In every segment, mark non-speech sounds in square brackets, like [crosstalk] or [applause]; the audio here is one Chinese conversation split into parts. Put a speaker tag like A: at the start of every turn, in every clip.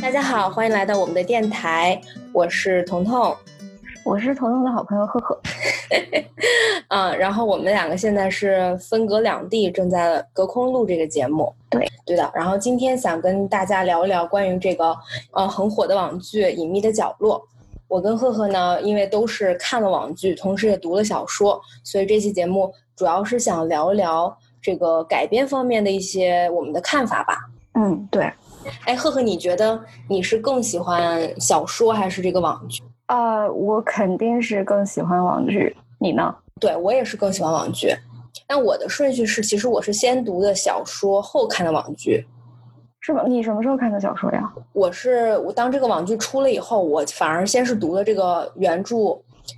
A: 大家好，欢迎来到我们的电台，我是彤彤。
B: 我是彤彤的好朋友赫赫，
A: 嗯，然后我们两个现在是分隔两地，正在隔空录这个节目。
B: 对，
A: 对的。然后今天想跟大家聊一聊关于这个呃很火的网剧《隐秘的角落》。我跟赫赫呢，因为都是看了网剧，同时也读了小说，所以这期节目主要是想聊一聊这个改编方面的一些我们的看法吧。
B: 嗯，对，
A: 哎，赫赫，你觉得你是更喜欢小说还是这个网剧？
B: 呃，我肯定是更喜欢网剧，你呢？
A: 对我也是更喜欢网剧，但我的顺序是，其实我是先读的小说，后看的网剧。
B: 是吗？你什么时候看的小说呀？
A: 我是我当这个网剧出了以后，我反而先是读了这个原著，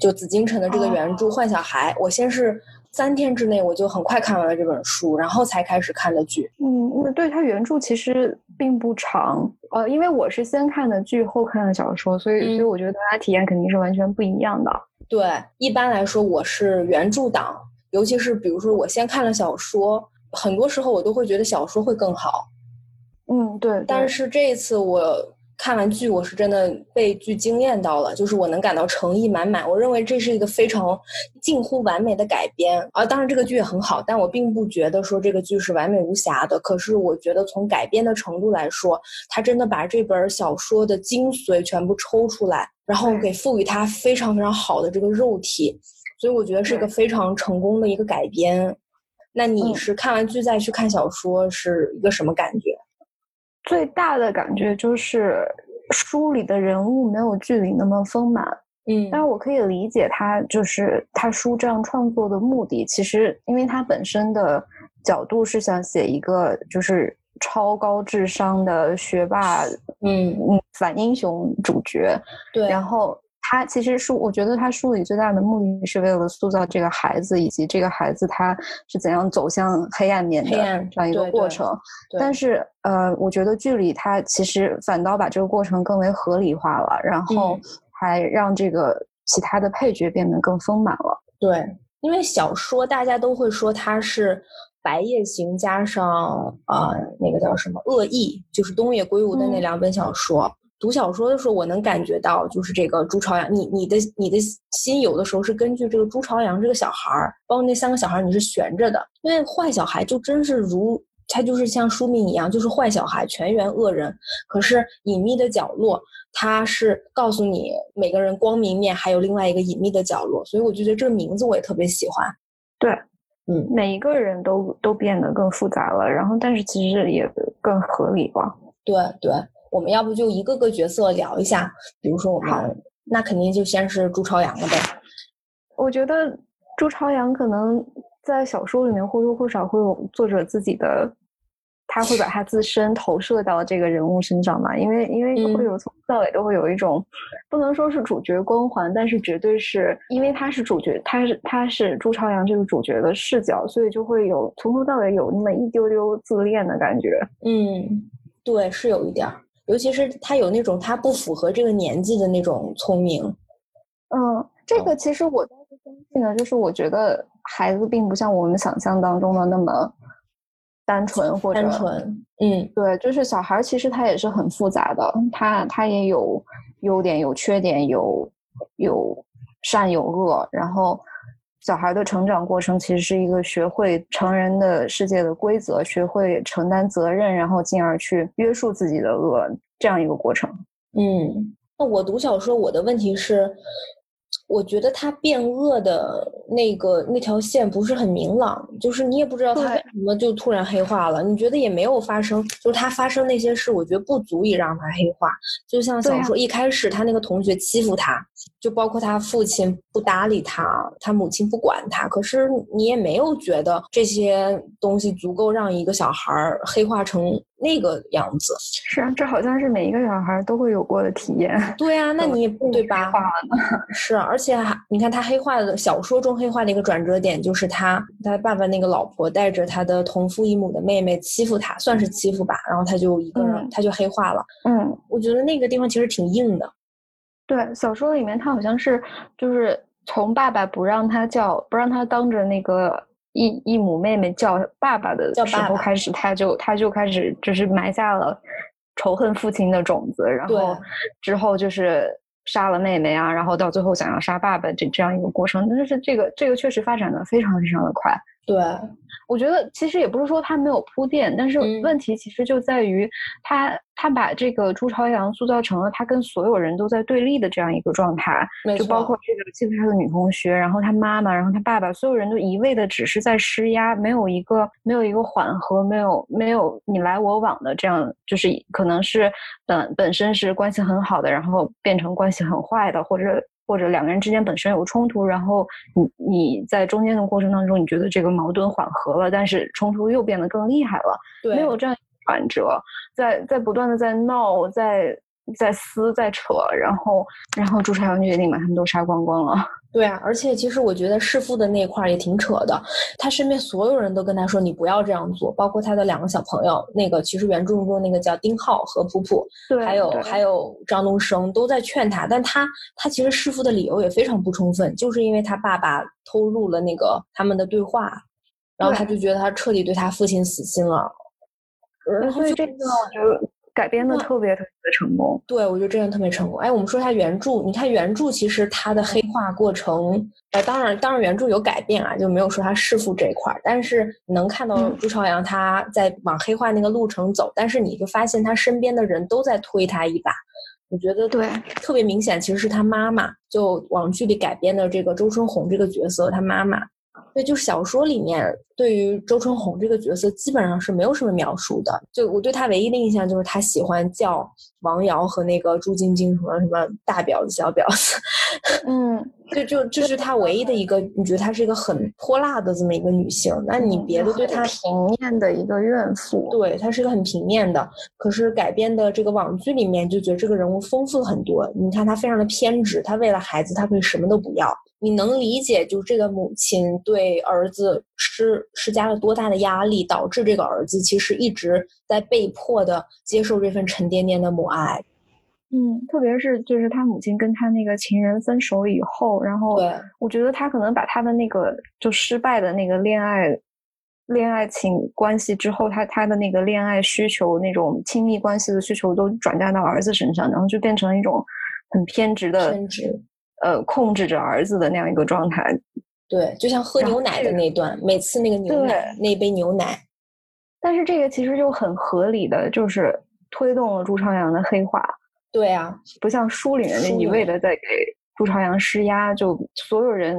A: 就紫禁城的这个原著《坏小孩》，我先是三天之内我就很快看完了这本书，然后才开始看的剧。
B: 嗯，那对它原著其实并不长，呃，因为我是先看的剧，后看的小说，所以、
A: 嗯
B: 所以我觉得大家体验肯定是完全不一样的。
A: 对，一般来说我是原著党，尤其是比如说我先看了小说，很多时候我都会觉得小说会更好。
B: 嗯，对，
A: 但
B: 是
A: 是这一次我看完剧，我是真的被剧惊艳到了，就是我能感到诚意满满。我认为这是一个非常近乎完美的改编，啊，当然这个剧也很好，但我并不觉得说这个剧是完美无瑕的。可是我觉得从改编的程度来说，他真的把这本小说的精髓全部抽出来，然后
B: 对
A: 给赋予它非常非常好的这个肉体，所以我觉得是一个
B: 对
A: 非常成功的一个改编。那你
B: 嗯
A: 是看完剧再去看小说，是一个什么感觉？
B: 最大的感觉就是书里的人物没有剧里那么丰满，
A: 嗯
B: 但是我可以理解他，就是他书这样创作的目的，其实因为他本身的角度是想写一个就是超高智商的学霸，
A: 嗯，
B: 嗯，反英雄主角。
A: 对，
B: 然后他其实书，我觉得他书里最大的目的是为了塑造这个孩子，以及这个孩子他是怎样走向黑暗面的
A: 黑暗
B: 这样一个
A: 对
B: 过
A: 对
B: 程。
A: 对
B: 但是呃，我觉得剧里它其实反倒把这个过程更为合理化了，然后
A: 嗯
B: 还让这个其他的配角变得更丰满了。
A: 对，因为小说大家都会说它是白夜行加上啊、呃那个叫什么恶意，就是东野圭吾的那
B: 嗯
A: 两本小说。读小说的时候，我能感觉到，就是这个朱朝阳，你你的你的心有的时候是根据这个朱朝阳这个小孩儿，包括那三个小孩儿，你是悬着的。因为坏小孩就真是如他就是像书名一样，就是坏小孩，全员恶人。可是隐秘的角落，它是告诉你每个人光明面还有另外一个隐秘的角落，所以我就觉得这个名字我也特别喜欢。
B: 对，
A: 嗯，
B: 每一个人都都变得更复杂了，然后但是其实也更合理了。
A: 对对，我们要不就一个个角色聊一下，比如说我
B: 好
A: 们那肯定就先是朱朝阳了呗。
B: 我觉得朱朝阳可能在小说里面或多或少会有作者自己的，他会把他自身投射到这个人物身上嘛，因为因为
A: 嗯
B: 会有从头到尾都会有一种，不能说是主角光环，但是绝对是因为他是主角，他是他是朱朝阳这个主角的视角，所以就会有从头到尾有那么一丢丢自恋的感觉。
A: 嗯，对，是有一点儿，尤其是他有那种他不符合这个年纪的那种聪明。
B: 嗯，这
A: 嗯
B: 个其实我倒是相信的，就是我觉得孩子并不像我们想象当中的那么单纯或者
A: 单纯，嗯，
B: 对，就是小孩儿其实他也是很复杂的，他他也有优点，有缺点，有有善有恶，然后。小孩儿的成长过程其实是一个学会成人的世界的规则，学会承担责任，然后进而去约束自己的恶这样一个过程。
A: 嗯，那我读小说，我的问题是，我觉得他变恶的那个那条线不是很明朗，就是你也不知道他为
B: 对
A: 什么就突然黑化了，你觉得也没有发生，就是他发生那些事，我觉得不足以让他黑化。就像
B: 对
A: 小
B: 啊
A: 说一开始，他那个同学欺负他，就包括他父亲不搭理他，他母亲不管他，可是你也没有觉得这些东西足够让一个小孩儿黑化成那个样子。
B: 是啊，这好像是每一个小孩儿都会有过的体验。
A: 对啊，那
B: 怎么
A: 你
B: 被
A: 对
B: 黑 [laughs]
A: 吧？
B: 化了呢
A: 是，啊而且还你看他黑化的小说中黑化的一个转折点，就是他他爸爸那个老婆带着他的同父异母的妹妹欺负他，算是欺负吧，然后他就一个人、
B: 嗯
A: 他就黑化了。
B: 嗯，
A: 我觉得那个地方其实挺硬的，
B: 对，小说里面他好像是就是从爸爸不让他叫，不让他当着那个异异母妹妹叫爸爸的
A: 叫
B: 时
A: 爸
B: 候
A: 爸
B: 开始，他就他就开始就是埋下了仇恨父亲的种子，然后之后就是杀了妹妹啊，然后到最后想要杀爸爸这这样一个过程，但是这个这个确实发展的非常非常的快。
A: 对，
B: 我觉得其实也不是说他没有铺垫，但是问题其实就在于他、嗯、他把这个朱朝阳塑造成了他跟所有人都在对立的这样一个状态，就包括这个欺负他的女同学，然后他妈妈，然后他爸爸，所有人都一味的只是在施压，没有一个没有一个缓和，没有没有你来我往的这样，就是可能是本本身是关系很好的，然后变成关系很坏的，或者。或者两个人之间本身有冲突，然后你你在中间的过程当中，你觉得这个矛盾缓和了，但是冲突又变得更厉害了，没有这样转折，在在不断的在闹，在在撕，在扯，然后然后朱朝阳决定把他们都杀光光了。
A: 对啊，而且其实我觉得弑父的那块也挺扯的，他身边所有人都跟他说你不要这样做，包括他的两个小朋友，那个其实原著中那个叫丁浩和普普，还有还有张东升都在劝他，但他他其实弑父的理由也非常不充分，就是因为他爸爸偷录了那个他们的对话，然后他就觉得他彻底对他父亲死心了，然后
B: 所呃以这个我觉得。改编的特别特别成功，
A: 对我觉得真的特别成功。哎，我们说一下原著，你看原著其实它的黑
B: 嗯
A: 化过程，呃，当然当然原著有改变啊，就没有说它弑父这一块儿，但是你能看
B: 嗯
A: 到朱朝阳他在往黑化那个路程走，嗯、但是你就发现他身边的人都在推他一把。我觉得
B: 对，
A: 特别明显，其实是他妈妈，就网剧里改编的这个周春红这个角色，他妈妈。对，就是小说里面对于周春红这个角色基本上是没有什么描述的。就我对她唯一的印象就是她喜欢叫王瑶和那个朱晶晶什么什么大婊子、小婊子。 [laughs]
B: 嗯，
A: 就就这是她唯一的一个，你觉得她是一个很泼辣的这么一个女性？那你别的对她
B: 平面的一个怨妇，
A: 对她是一个很平面的。可是改编的这个网剧里面就觉得这个人物丰富了很多。你看她非常的偏执，她为了孩子她可以什么都不要。你能理解，就是这个母亲对儿子施施加了多大的压力，导致这个儿子其实一直在被迫的接受这份沉甸甸的母爱。
B: 嗯，特别是就是他母亲跟他那个情人分手以后，然后我觉得他可能把他的那个就失败的那个恋爱恋爱情关系之后，他他的那个恋爱需求那种亲密关系的需求都转嫁到儿子身上，然后就变成一种很偏执的
A: 偏执。
B: 呃，控制着儿子的那样一个状态，
A: 对，就像喝牛奶的那段，每次那个牛奶那杯牛奶，
B: 但是这个其实就很合理的，就是推动了朱朝阳的黑化。
A: 对啊，
B: 不像书里面那一味的在给朱朝阳施压，就所有人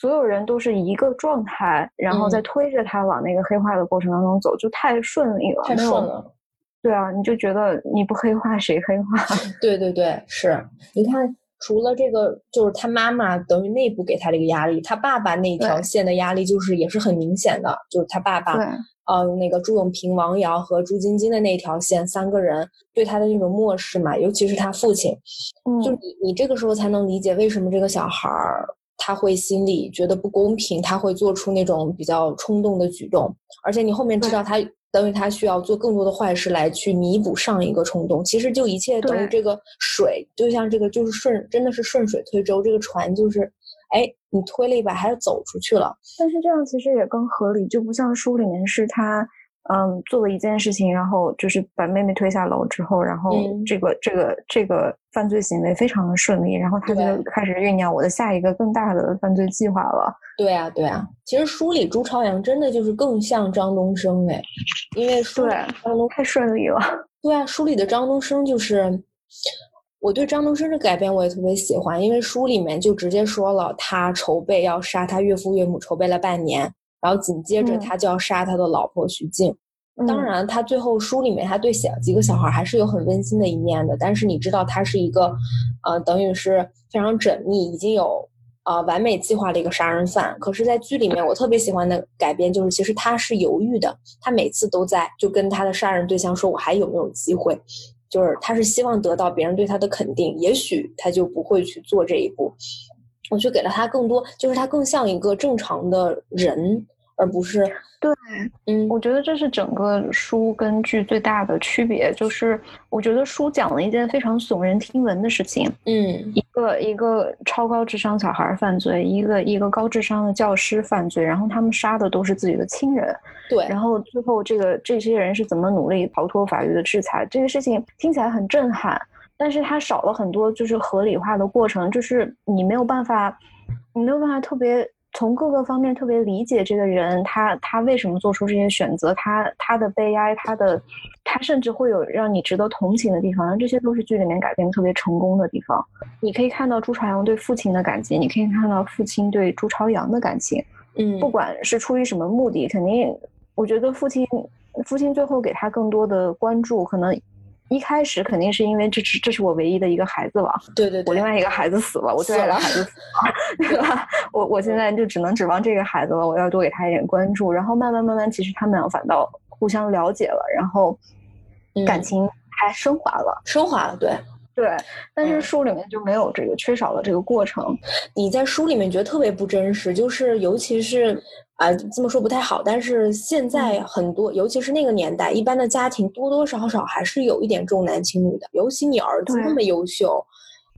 B: 所有人都是一个状态，然后再推着他往那个黑化的过程当中走，嗯、就太顺利了，
A: 太顺了。
B: 对啊，你就觉得你不黑化谁黑化？ [laughs]
A: 对对对，是你看。除了这个，就是他妈妈等于内部给他这个压力，他爸爸那条线的压力就是也是很明显的，就是他爸爸，
B: 啊
A: 呃，那个朱永平、王瑶和朱晶晶的那条线，三个人对他的那种漠视嘛，尤其是他父亲，
B: 嗯、
A: 就你你这个时候才能理解为什么这个小孩儿他会心里觉得不公平，他会做出那种比较冲动的举动，而且你后面知道他。等于他需要做更多的坏事来去弥补上一个冲动，其实就一切等于这个水，就像这个就是顺，真的是顺水推舟，这个船就是，哎，你推了一把，还是走出去了。
B: 但是这样其实也更合理，就不像书里面是他，嗯，做了一件事情，然后就是把妹妹推下楼之后，然后这个、嗯、这个这个犯罪行为非常的顺利，然后他就开始酝酿我的下一个更大的犯罪计划了。
A: 对啊，对啊，其实书里朱朝阳真的就是更像张东升哎，因为书里张东
B: 太顺利了。
A: 对啊，书里的张东升就是，我对张东升的改编我也特别喜欢，因为书里面就直接说了他筹备要杀他岳父岳母，筹备了半年，然后紧接着他就要杀他的老婆徐静。嗯当然，他最后书里面他对小几个小孩还是有很温馨的一面的，但是你知道他是一个，呃，等于是非常缜密，已经有。啊、呃，完美计划的一个杀人犯。可是，在剧里面，我特别喜欢的改编就是，其实他是犹豫的，他每次都在就跟他的杀人对象说：“我还有没有机会？”就是他是希望得到别人对他的肯定，也许他就不会去做这一步。我就给了他更多，就是他更像一个正常的人，而不是
B: 对，
A: 嗯
B: 我觉得这是整个书跟剧最大的区别，就是我觉得书讲了一件非常耸人听闻的事情，
A: 嗯
B: 一个一个超高智商小孩犯罪，一个一个高智商的教师犯罪，然后他们杀的都是自己的亲人，
A: 对，
B: 然后最后这个这些人是怎么努力逃脱法律的制裁？这个事情听起来很震撼，但是它少了很多就是合理化的过程，就是你没有办法，你没有办法特别从各个方面特别理解这个人，他他为什么做出这些选择，他他的悲哀，他的他甚至会有让你值得同情的地方，然后这些都是剧里面改编特别成功的地方。你可以看到朱朝阳对父亲的感情，你可以看到父亲对朱朝阳的感情。
A: 嗯
B: 不管是出于什么目的，肯定我觉得父亲父亲最后给他更多的关注，可能一开始肯定是因为这是这是我唯一的一个孩子了，
A: 对对
B: 我另
A: 对，
B: 外一个孩子死了，我最爱的孩子死了，对吧？ [laughs] 我我现在就只能指望这个孩子了，我要多给他一点关注。然后慢慢慢慢，其实他们俩反倒互相了解了，然后
A: 嗯
B: 感情还升华了。
A: 升华了。对，
B: 对，但
A: 嗯
B: 是书里面就没有这个，缺少了这个过程。
A: 你在书里面觉得特别不真实，就是尤其是啊、这么说不太好，但是现在
B: 嗯
A: 很多，尤其是那个年代，一般的家庭多多少少还是有一点重男轻女的，尤其你儿子
B: 对
A: 那么优秀，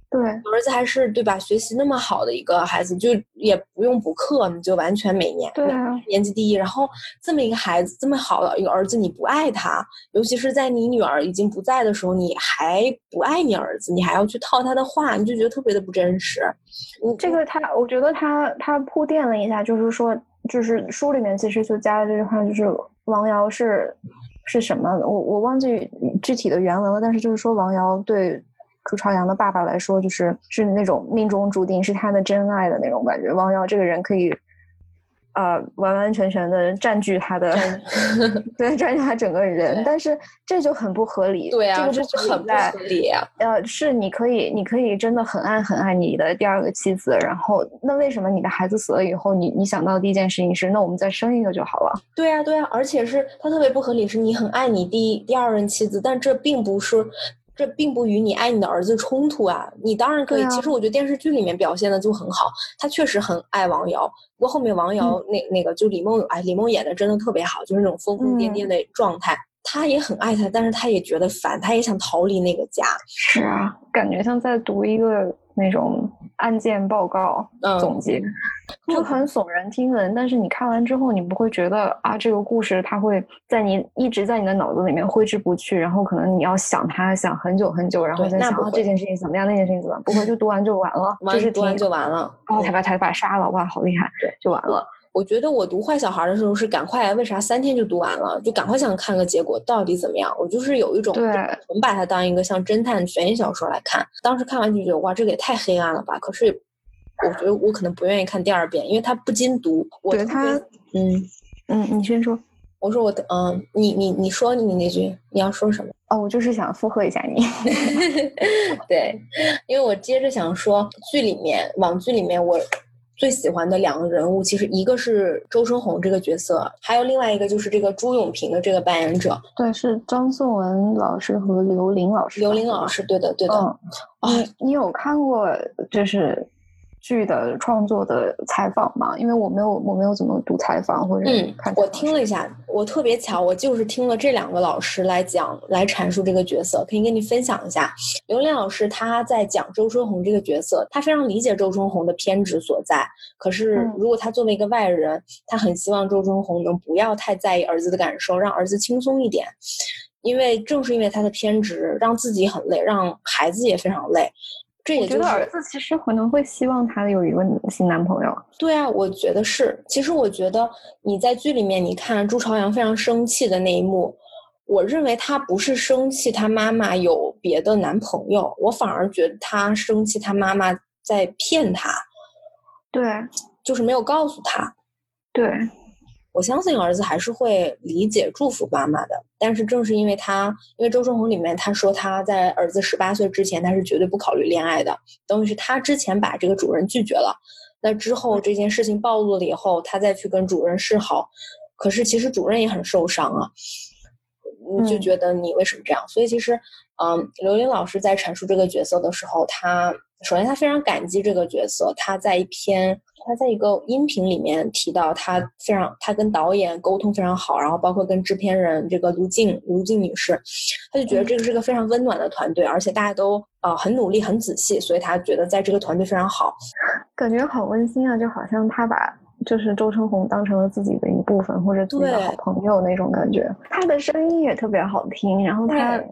B: 对，
A: 儿子还是对吧，学习那么好的一个孩子，就也不用补课，你就完全每年
B: 对啊，
A: 年级第一。然后这么一个孩子，这么好的一个儿子，你不爱他，尤其是在你女儿已经不在的时候，你还不爱你儿子，你还要去套他的话，你就觉得特别的不真实。你
B: 这个他，我觉得他他铺垫了一下，就是说，就是书里面其实就加了这句话，就是王瑶是是什么？我我忘记具体的原文了，但是就是说王瑶对朱朝阳的爸爸来说，就是是那种命中注定是他的真爱的那种感觉。王瑶这个人可以。呃，完完全全的占据他的， [laughs] 对，占据他整个人
A: 对，
B: 但是这就很不合理。
A: 对啊，
B: 这个
A: 这
B: 就
A: 就是很不
B: 在
A: 合理啊。
B: 呃，是你可以，你可以真的很爱很爱你的第二个妻子，然后那为什么你的孩子死了以后，你你想到的第一件事情是，那我们再生一个就好了？
A: 对啊，对啊，而且是他特别不合理，是你很爱你第一第二任妻子，但这并不是，这并不与你爱你的儿子冲突啊。你当然可以，
B: 对啊
A: 其实我觉得电视剧里面表现的就很好，他确实很爱王瑶。不过后面王
B: 嗯
A: 瑶、那那个就李梦，哎，李梦演的真的特别好，就是那种疯疯癫
B: 嗯
A: 癫的状态。他也很爱他，但是他也觉得烦，他也想逃离那个家。
B: 是啊，感觉像在读一个那种案件报告
A: 嗯
B: 总结， [laughs] 就很耸人听闻。但是你看完之后，你不会觉得啊，这个故事它会在你一直在你的脑子里面挥之不去，然后可能你要想它想很久很久，然后
A: 对
B: 再
A: 那
B: 想
A: 不
B: 啊
A: 会
B: 这件事情怎么样，那件事情怎么样，
A: [laughs]
B: 不会就读完就完了，
A: 完
B: 这是
A: 读完
B: 挺
A: 就完了。
B: 哦，
A: 嗯
B: 他把他把杀了，哇，好厉害，
A: 对，
B: 就完了。
A: 我觉得我读坏小孩的时候是赶快，为啥三天就读完了？就赶快想看个结果到底怎么样。我就是有一种，
B: 对
A: 纯把它当一个像侦探悬疑小说来看。当时看完就觉得哇，这个也太黑暗了吧！可是我觉得我可能不愿意看第二遍，因为它不禁读。我
B: 对
A: 特别
B: 他，
A: 嗯，
B: 嗯，你先说。
A: 我说我的，嗯，你你你说你那句你要说什么？
B: 哦，我就是想附和一下你。 [laughs]
A: 对，因为我接着想说，剧里面网剧里面我最喜欢的两个人物，其实一个是周春红这个角色，还有另外一个就是这个朱永平的这个扮演者
B: 对，是张颂文老师和刘琳老师吧。
A: 刘琳
B: 对吧
A: 老。师。对的，对的。
B: 嗯，
A: 啊
B: 你你有看过就是剧的创作的采访吗？因为我没有，我没有怎么读采访或者
A: 嗯
B: 看采访。，
A: 我听了一下，我特别巧，我就是听了这两个老师来讲，来阐述这个角色，可以跟你分享一下。刘恋老师他在讲周春红这个角色，他非常理解周春红的偏执所在。可是
B: 嗯
A: 如果他作为一个外人，他很希望周春红能不要太在意儿子的感受，让儿子轻松一点。因为正是因为他的偏执，让自己很累，让孩子也非常累。这
B: 我
A: 也
B: 觉
A: 就
B: 得
A: 是
B: 儿子其实可能会希望他有一个新男朋友。
A: 对啊，我觉得是。其实我觉得你在剧里面，你看朱朝阳非常生气的那一幕，我认为他不是生气他妈妈有别的男朋友，我反而觉得他生气他妈妈在骗他，
B: 对
A: 就是没有告诉他。
B: 对，
A: 我相信儿子还是会理解祝福妈妈的，但是正是因为他，因为周春红里面他说他在儿子十八岁之前，他是绝对不考虑恋爱的，等于是他之前把这个主人拒绝了，那之
B: 嗯
A: 后这件事情暴露了以后，他再去跟主任示好，可是其实主任也很受伤啊，你就
B: 嗯
A: 觉得你为什么这样？所以其实，嗯，刘琳老师在阐述这个角色的时候，他首先，他非常感激这个角色。他在一篇，他在一个音频里面提到，他非常，他跟导演沟通非常好，然后包括跟制片人这个卢静，卢静女士，他就
B: 嗯
A: 觉得这个是个非常温暖的团队，而且大家都呃很努力、很仔细，所以他觉得在这个团队非常好。
B: 感觉好温馨啊，就好像他把就是周春红当成了自己的一部分，或者自己的
A: 对
B: 好朋友那种感觉。他的声音也特别好听，然后他
A: 对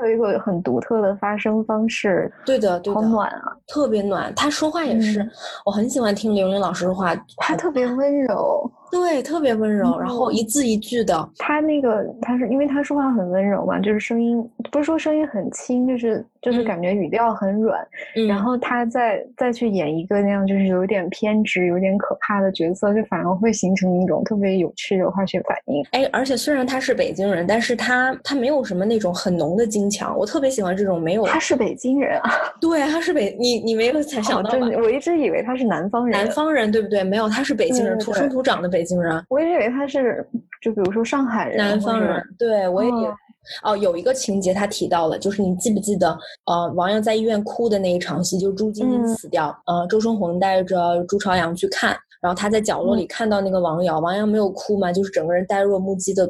B: 他有一个很独特的发声方式，
A: 对的，对
B: 好
A: 的，
B: 暖啊，
A: 特别暖。他说话也是，
B: 嗯
A: 我很喜欢听刘玲老师说话，
B: 他特嗯别温柔。
A: 对，特别温柔，然后一字一句的，
B: 他那个他是因为他说话很温柔嘛，就是声音不是说声音很轻，就是就
A: 嗯
B: 是感觉语调很软，
A: 嗯，
B: 然后他再再去演一个那样就是有点偏执、有点可怕的角色，就反而会形成一种特别有趣的化学反应。
A: 哎，而且虽然他是北京人，但是他他没有什么那种很浓的京腔，我特别喜欢这种没有。
B: 他是北京人啊，
A: 对，他是北，你你没有才想
B: 好
A: 到
B: 震
A: 吧？
B: 惊！哦我一直以为他是南方人，
A: 南方人对不对？没有，他是北京人，
B: 对对
A: 土
B: 对
A: 生土长的北京人，
B: 我一直以为他是就比如说上海人，
A: 南方人。。对，我也以为
B: 哦
A: 哦，有一个情节他提到了，就是你记不记得，呃，王阳在医院哭的那一场戏，就朱晶晶
B: 嗯
A: 死掉，呃，周春红带着朱朝阳去看，然后他在角落
B: 嗯
A: 里看到那个王瑶，王瑶没有哭嘛，就是整个人呆若木鸡的，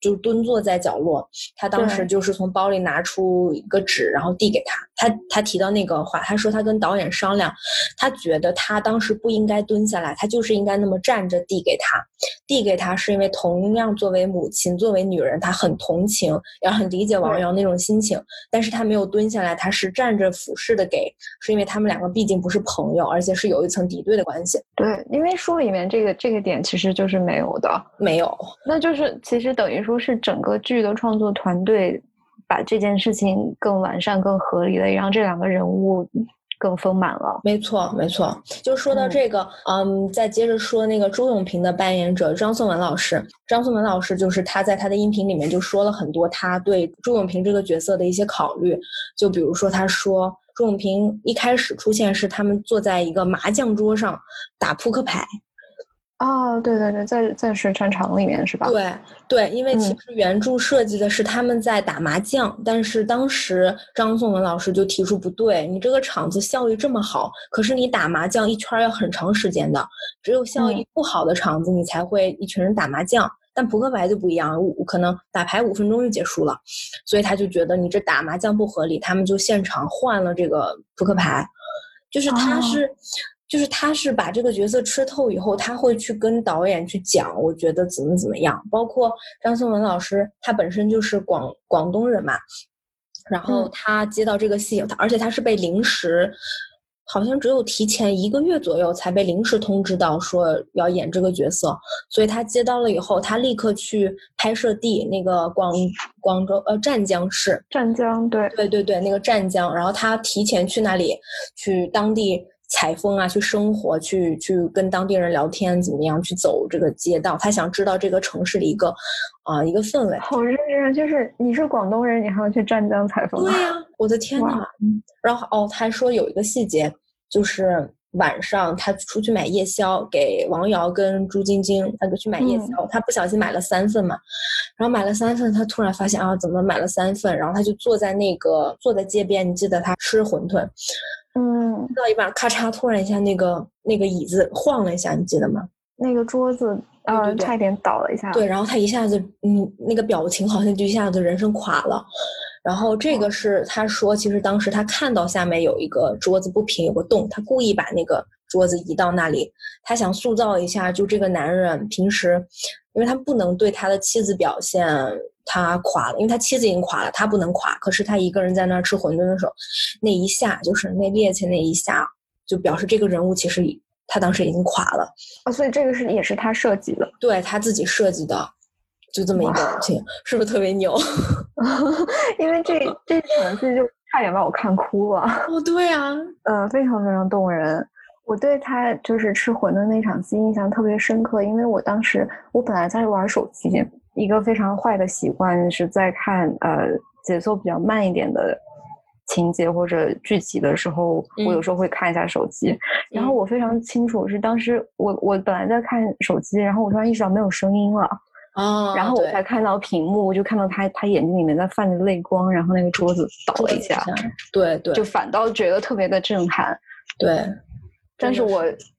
A: 就蹲坐在角落。他当时
B: 对
A: 就是从包里拿出一个纸，然后递给他。他他提到那个话，他说他跟导演商量，他觉得他当时不应该蹲下来，他就是应该那么站着递给他。递给他是因为同样作为母亲、作为女人，她很同情，也很理解王
B: 对
A: 瑶那种心情。但是她没有蹲下来，她是站着俯视的给，是因为他们两个毕竟不是朋友，而且是有一层敌对的关系。
B: 对，因为书里面这个这个点其实就是没有的，
A: 没有，
B: 那就是其实等于说是整个剧的创作团队把这件事情更完善、更合理了，也让这两个人物更丰满了。
A: 没错，没错。就说到
B: 嗯
A: 这个，嗯再接着说那个朱永平的扮演者张颂文老师。张颂文老师就是他在他的音频里面就说了很多他对朱永平这个角色的一些考虑，就比如说他说朱永平一开始出现是他们坐在一个麻将桌上打扑克牌，
B: 哦，对对对，在在水战场里面是吧？
A: 对对，因为其
B: 嗯
A: 实原著设计的是他们在打麻将，但是当时张颂文老师就提出不对，你这个场子效益这么好，可是你打麻将一圈儿要很长时间的，只有效
B: 嗯
A: 益不好的场子你才会一群人打麻将。但扑克牌就不一样，五可能打牌五分钟就结束了，所以他就觉得你这打麻将不合理，他们就现场换了这个扑克牌，就是他
B: 哦
A: 是，就是他是把这个角色吃透以后，他会去跟导演去讲，我觉得怎么怎么样。包括张颂文老师，他本身就是广广东人嘛，然后
B: 嗯
A: 他接到这个戏，他而且他是被临时。好像只有提前一个月左右才被临时通知到说要演这个角色，所以他接到了以后，他立刻去拍摄地那个广广州呃湛江市，
B: 湛江对，
A: 对对对，那个湛江，然后他提前去那里，去当地采风啊，去生活，去去跟当地人聊天，怎么样，去走这个街道，他想知道这个城市的一个啊、一个氛围。
B: 好认真啊！就是你是广东人，你还要去湛江采风
A: 对
B: 啊？
A: 呀、我的天呐
B: 哇！
A: 然后哦，他还说有一个细节，就是晚上他出去买夜宵，给王瑶跟朱晶晶，他去买夜宵，他不小心买了三份嘛，然后买了三份，他突然发现啊，怎么买了三份？然后他就坐在那个坐在街边，你记得他吃馄饨，
B: 嗯，
A: 到一半，咔嚓，突然一下，那个那个椅子晃了一下，你记得吗？
B: 那个桌子
A: 对
B: 呃
A: 对对
B: 差一点倒了一下。
A: 对，然后他一下子，嗯，那个表情好像就一下子人生垮了。然后这
B: 哦
A: 个是他说，其实当时他看到下面有一个桌子不平，有个洞，他故意把那个桌子移到那里，他想塑造一下，就这个男人平时，因为他不能对他的妻子表现他垮了，因为他妻子已经垮了，他不能垮，可是他一个人在那儿吃馄饨的时候，那一下就是那趔趄那一下，就表示这个人物其实已他当时已经垮了。
B: 哦，所以这个是也是他设计的。
A: 对他自己设计的，就这么一个
B: 哇
A: 东西，是不是特别牛？ [laughs]
B: 因为这这场戏就差点把我看哭了， [laughs]
A: 哦，对啊，
B: 呃，非常非常动人。我对他就是吃馄饨那场戏印象特别深刻，因为我当时我本来在玩手机，一个非常坏的习惯是在看呃节奏比较慢一点的情节或者剧集的时候，我有
A: 嗯
B: 时候会看一下手机，然后
A: 嗯
B: 我非常清楚是当时我我本来在看手机，然后我突然意识到没有声音了，
A: 哦，
B: 然后我
A: 对
B: 才看到屏幕，我就看到他他眼睛里面在泛着泪光，然后那个桌子倒
A: 说
B: 了一
A: 这
B: 下，
A: 样，对对
B: 就反倒觉得特别的震撼。
A: 对，嗯
B: 但是
A: 真的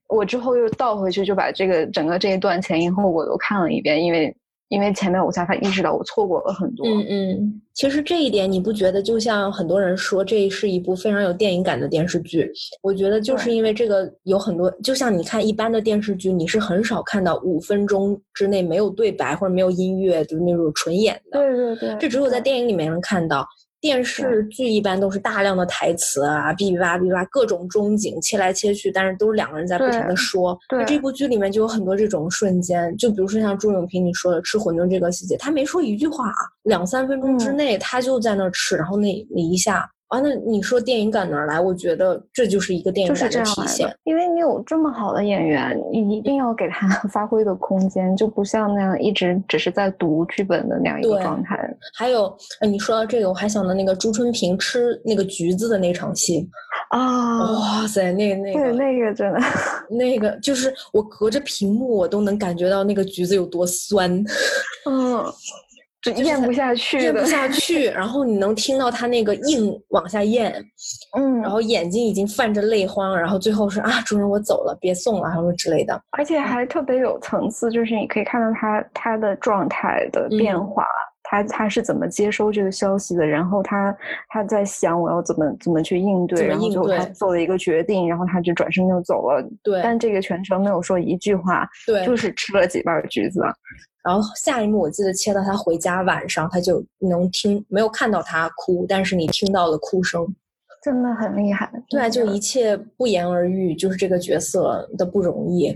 B: 我我之后又倒回去，就把这个整个这一段前因后果都看了一遍，因为因为前面我才发意识到我错过了很多。
A: 嗯嗯，其实这一点你不觉得？就像很多人说，这是一部非常有电影感的电视剧。我觉得就是
B: 对
A: 因为这个有很多，就像你看一般的电视剧，你是很少看到五分钟之内没有对白或者没有音乐，就是那种纯演的。
B: 对对对，
A: 这只有在
B: 对
A: 电影里面能看到。电视剧一般都是大量的台词啊，哔哔吧哔哔吧，各种中景切来切去，但是都是两个人在不停的
B: 对
A: 说。那
B: 对
A: 这部剧里面就有很多这种瞬间，就比如说像朱永平你说的吃馄饨这个细节，他没说一句话啊，两三分钟之
B: 嗯
A: 内他就在那儿吃，然后那那一下啊，那你说电影感哪儿来？我觉得这就是一个电影
B: 就是
A: 感
B: 这
A: 的
B: 样
A: 体
B: 来
A: 现
B: 的。。因为你有这么好的演员，你一定要给他 [laughs] 发挥的空间，就不像那样一直只是在读剧本的那样一个
A: 对
B: 状态。
A: 还有，呃你说到这个，我还想到那个朱春平吃那个橘子的那场戏，
B: 啊
A: 哇塞，那哦那
B: 对，
A: 个
B: 那个真的，
A: 那个就是我隔着屏幕，我都能感觉到那个橘子有多酸，
B: 嗯，就咽不下去
A: 咽
B: 的
A: 不，下去。然后你能听到它那个硬往下咽，
B: 嗯，
A: 然后眼睛已经泛着泪花，然后最后是啊，主人我走了，别送了，什么之类的。
B: 而且还特别有层次，就是你可以看到他他的状态的变
A: 嗯
B: 化，他他是怎么接收这个消息的，然后他他在想我要怎么怎么去应对，
A: 怎么
B: 然后
A: 应
B: 最后他
A: 对
B: 做了一个决定，然后他就转身就走了，
A: 对
B: 但这个全程没有说一句话，
A: 对，
B: 就是吃了几瓣橘子。啊
A: 然后下一幕我记得切到他回家晚上，他就能听没有看到他哭，但是你听到了哭声。
B: 真的很厉害，
A: 对啊，就
B: 一
A: 一切不言而喻，就是这个角色的不容易。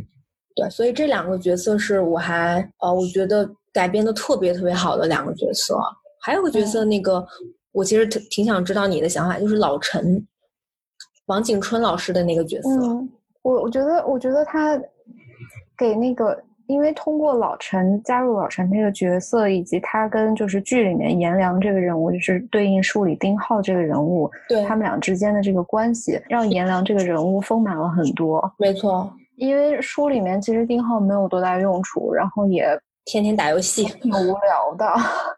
A: 对，所以这两个角色是我还呃，我觉得改编的特别特别好的两个角色。还有个角
B: 嗯
A: 色，那个、我其实挺挺想知道你的想法，就是老陈，王景春老师的那个角色。
B: 嗯，我我觉得，我觉得他给那个，因为通过老陈加入老陈这个角色，以及他跟就是剧里面颜良这个人物，就是对应书里丁浩这个人物，
A: 对，
B: 他们俩之间的这个关系，让颜良这个人物丰满了很多。
A: 没错，
B: 因为书里面其实丁浩没有多大用处，然后也
A: 天天打游戏。
B: 挺无聊的，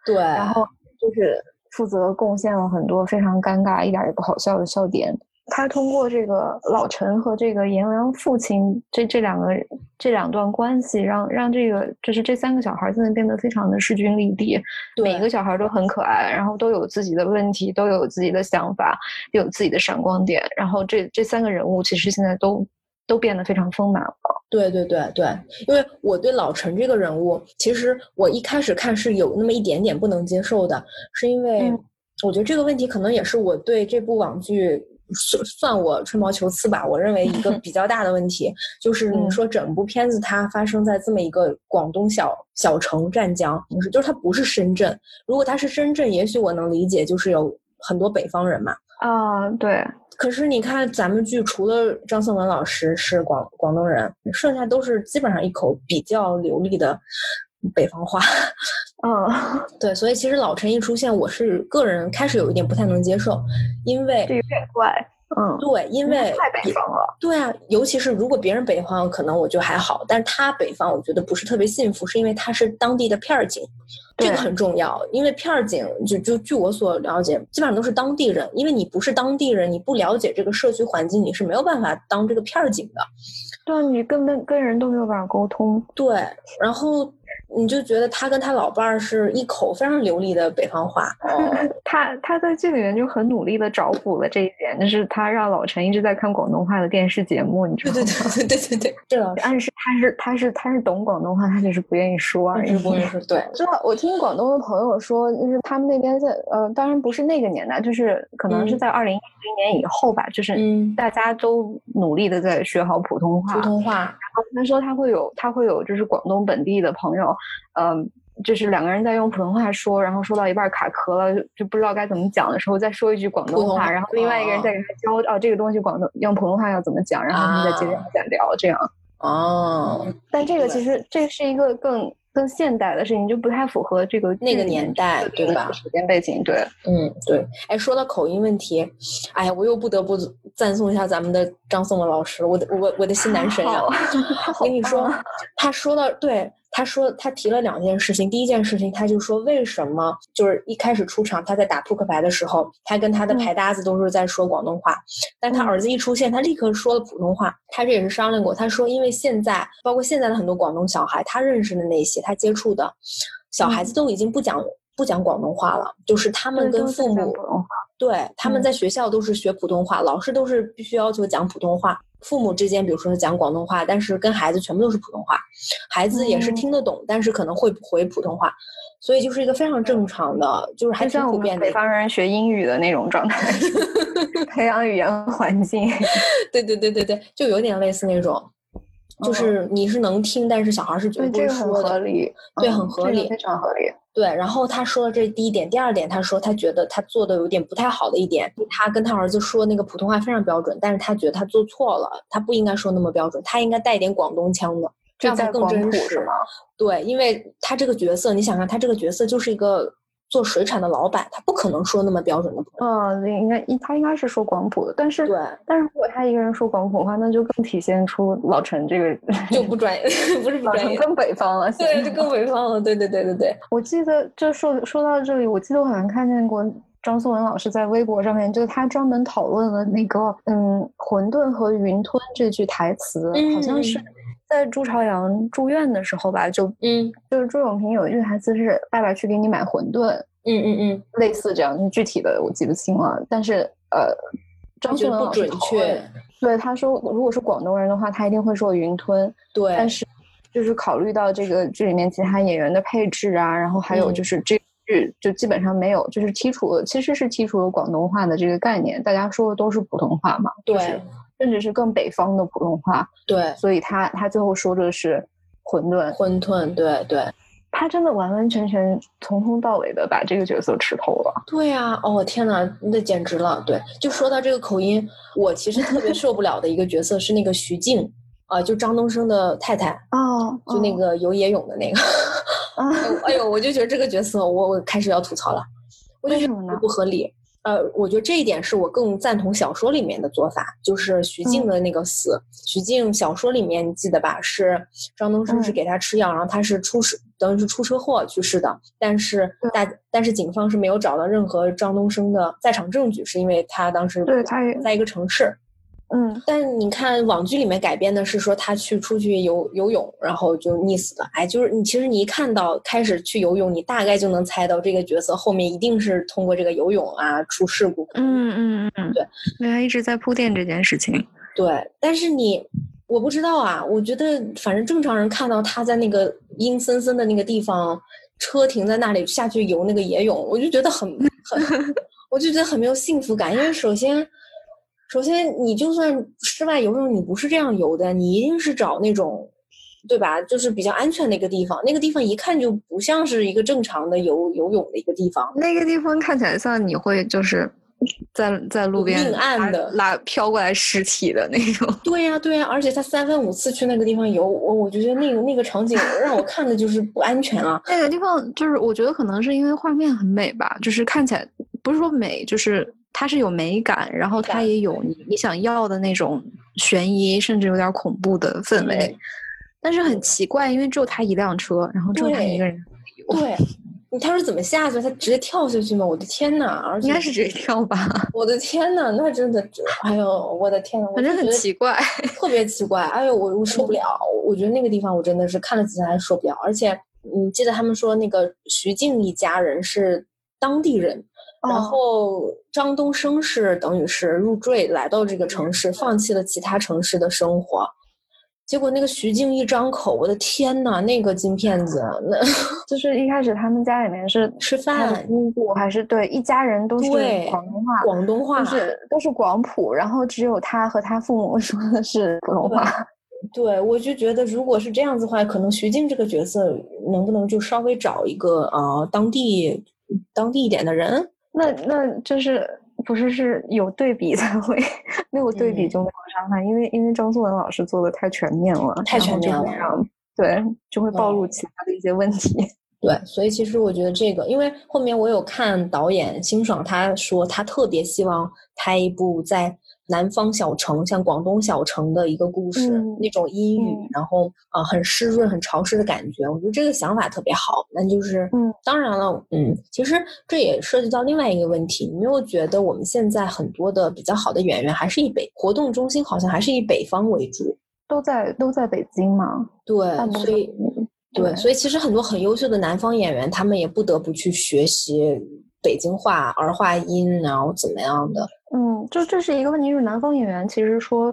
A: 对，
B: 哦然后就是负责贡献了很多非常尴尬、一点儿也不好笑的笑点。他通过这个老陈和这个颜良父亲这这两个人这两段关系让，让这个就是这三个小孩儿真的变得非常的势均力敌，每一
A: 对
B: 个小孩儿都很可爱，然后都有自己的问题，都有自己的想法，有自己的闪光点。然后这这三个人物其实现在都都变得非常丰满了。
A: 对对对对，因为我对老陈这个人物，其实我一开始看是有那么一点点不能接受的，是因为
B: 嗯
A: 我觉得这个问题可能也是我对这部网剧算算我吹毛求疵吧，我认为一
B: [laughs]
A: 个比较大的问题就是你
B: 嗯
A: 说整部片子它发生在这么一个广东小小城湛江，就是它不是深圳，如果它是深圳，也许我能理解，就是有很多北方人嘛，
B: 啊、对，
A: 可是你看，咱们剧除了张颂文老师是广广东人，剩下都是基本上一口比较流利的北方话。 [laughs]
B: 嗯， [laughs]
A: 对，所以其实老陈一出现，我是个人开始有一点不太能接受，因为
B: 这有点怪，嗯，
A: 对，因
B: 因为
A: 为
B: 太北方了。
A: 对啊，尤其是如果别人北方，可能我就还好，但是他北方，我觉得不是特别幸福，是因为他是当地的片儿警，这个
B: 对
A: 很重要。因为片儿警就就据我所了解，基本上都是当地人，因为你不是当地人，你不了解这个社区环境，你是没有办法当这个片儿警的。
B: 对啊，你根本跟人都没有办法沟通。
A: 对，然后你就觉得他跟他老伴儿是一口非常流利的北方话，
B: 他他在剧里面就很努力的找补了这一点，就是他让老陈一直在看广东话的电视节目，你知
A: 对
B: 道吗？
A: 对对对对对对，这倒是
B: 暗示他是他是他是懂广东话，他只是不愿意说啊而已。
A: 不会说对，
B: 知道，我听广东的朋友说，就是他们那边在呃，当然不是那个年代，就是可能是
A: 嗯
B: 在二零一零年以后吧，就是
A: 嗯，
B: 大家都努力的在学好普通话。
A: 普通话，
B: 他说他会有他会有就是广东本地的朋友，嗯，就是两个人在用普通话说，然后说到一半卡壳了，就不知道该怎么讲的时候，再说一句广
A: 普
B: 东
A: 通
B: 话，
A: 话
B: 然后另外一个人再给他教哦这个东西广东用普通话要怎么讲，然后他们再接着
A: 啊
B: 往下聊这样。
A: 哦，
B: 但这个
A: 对
B: 其实这是一个更更现代的事情，就不太符合这个
A: 那个
B: 剧里面
A: 年代
B: 设
A: 对
B: 定的
A: 吧
B: 时间背景对，
A: 嗯，对，哎，说到口音问题，哎呀，我又不得不赞颂一下咱们的张颂文老师，我的我我的新男神呀、
B: 好 [laughs] 啊
A: 我跟你说，他说到对他说他提了两件事情，第一件事情他就说为什么就是一开始出场他在打扑克牌的时候，他跟
B: 嗯
A: 他的牌搭子都是在说广东话，但他儿子一出现，他立刻说了普通话。他这也是商量过，他说因为现在包括现在的很多广东小孩，他认识的那些他接触的小
B: 嗯
A: 孩子都已经不讲不讲广东话了，就是他们跟父母。对，他们
B: 嗯
A: 在学校都是学普通话，嗯、老师都是必须要求讲普通话。父母之间，比如说讲广东话，但是跟孩子全部都是普通话，孩子也
B: 哦
A: 是听得懂，嗯、但是可能会不回普通话，所以就是一个非常正常的，就是还挺普遍的。
B: 北方人学英语的那种状态， [laughs] 培养语言环境。
A: 对对对对对，就有点类似那种，就是你是能听，但是小孩是绝对不会说的。
B: 嗯这个、合理，
A: 对，很合理，
B: 嗯、非常合理。
A: 对，然后他说了这第一点，第二点，他说他觉得他做的有点不太好的一点，他跟他儿子说那个普通话非常标准，但是他觉得他做错了，他不应该说那么标准，他应该带一点广东腔的，这样才更真实。对，因为他这个角色，你想想，他这个角色就是一个做水产的老板，他不可能说那么标准的普通
B: 话。嗯、呃，应该他应该是说广普的，但是
A: 对，
B: 但是如果他一个人说广普话，那就更体现出老陈这个
A: 就不专业， [laughs] 不是不专业，
B: 更北方了，
A: 对，就更北方了，对对对对对。
B: 我记得就说说到这里，我记得我好像看见过张颂文老师在微博上面，就是他专门讨论了那个嗯“馄饨和云吞”这句台词，
A: 嗯、
B: 好像是。在朱朝阳住院的时候吧，就
A: 嗯，
B: 就是周永平有一句台词是“爸爸去给你买馄饨”，
A: 嗯嗯嗯，
B: 类似这样，具体的我记不清了。但是呃，张颂文
A: 不准确，
B: 对他说，如果是广东人的话，他一定会说云吞。
A: 对，
B: 但是就是考虑到这个剧里面其他演员的配置啊，然后还有就是这剧、嗯、就基本上没有，就是剔除了，其实是剔除了广东话的这个概念，大家说的都是普通话嘛。
A: 对。
B: 就是甚至是更北方的普通话，
A: 对，
B: 所以他他最后说的是馄饨，
A: 馄饨，对对，
B: 他真的完完全全从头到尾的把这个角色吃透了。
A: 对呀、啊，哦天哪，那简直了！对，就说到这个口音，我其实特别受不了的一个角色是那个徐静啊、呃，就张东升的太太
B: 哦，
A: 就那个游野泳的那个，
B: 哦、
A: [laughs] 哎呦，我就觉得这个角色我我开始要吐槽了，我就觉得不合理。呃，我觉得这一点是我更赞同小说里面的做法，就是徐静的那个死。嗯、徐静小说里面你记得吧？是张东升是给他吃药，嗯、然后他是出事，等于是出车祸去世的。但是大，嗯、但是警方是没有找到任何张东升的在场证据，是因为他当时
B: 对他
A: 在一个城市。
B: 嗯，
A: 但你看网剧里面改编的是说他去出去游游泳，然后就溺死了。哎，就是你其实你一看到开始去游泳，你大概就能猜到这个角色后面一定是通过这个游泳啊出事故。
B: 嗯嗯嗯嗯，
A: 对，
B: 因为他一直在铺垫这件事情。
A: 对，但是你我不知道啊，我觉得反正正常人看到他在那个阴森森的那个地方，车停在那里下去游那个野泳，我就觉得很很，我就觉得很没有幸福感，因为首先。首先，你就算室外游泳，你不是这样游的，你一定是找那种，对吧？就是比较安全的一个地方。那个地方一看就不像是一个正常的游游泳的一个地方。
B: 那个地方看起来像你会就是在在路边
A: 命案的
B: 拉飘过来尸体的那
A: [laughs]
B: 种。
A: 对呀、啊、对呀、啊，而且他三番五次去那个地方游，我我觉得那个那个场景让我看的就是不安全啊。
B: 那个地方就是我觉得可能是因为画面很美吧，就是看起来不是说美，就是。它是有美感，然后它也有你你想要的那种悬疑，甚至有点恐怖的氛围。
A: 嗯、
B: 但是很奇怪，因为只有他一辆车，然后只有他一个人
A: 对。对，他是怎么下去？他直接跳下去吗？我的天呐！而且
B: 应该是直接跳吧。
A: 我的天呐，那真的，哎呦，我的天呐！
B: 反正很奇怪，
A: 特别奇怪。哎呦，我我受不了。我觉得那个地方我真的是看了几次还受不了。而且你记得他们说那个徐静一家人是当地人。
B: 哦
A: 然后张东升是等于是入赘来到这个城市，放弃了其他城市的生活，结果那个徐静一张口，我的天呐，那个金骗子，那
B: 啊就是一开始他们家里面是
A: 吃饭，
B: 姑姑还是对一家人都是广东话，
A: 广东话
B: 就是都是广普，然后只有他和他父母 [laughs] 说的是普通话。
A: 对，我就觉得，如果是这样子的话，可能徐静这个角色能不能就稍微找一个呃当地当地一点的人。
B: 那那就是不是是有对比才会没有对比就没有伤害，嗯、因为因为张颂文老师做的太全面了，
A: 太全面了，
B: 对，就会暴露其他的一些问题、 [laughs] 嗯。
A: 对，所以其实我觉得这个，因为后面我有看导演辛爽他说，他特别希望拍一部在南方小城，像广东小城的一个故事，
B: 嗯
A: 那种阴雨，
B: 嗯
A: 然后呃很湿润、很潮湿的感觉，我觉得这个想法特别好。那就是，
B: 嗯，
A: 当然了，嗯，其实这也涉及到另外一个问题，你没有觉得我们现在很多的比较好的演员还是以北活动中心好像还是以北方为主，
B: 都在都在北京嘛，
A: 对
B: 大，部
A: 呃所
B: 分
A: 以对，所以其实很多很优秀的南方演员，他们也不得不去学习北京话、儿化音，然后怎么样的。
B: 嗯，就这是一个问题，就是南方演员其实说，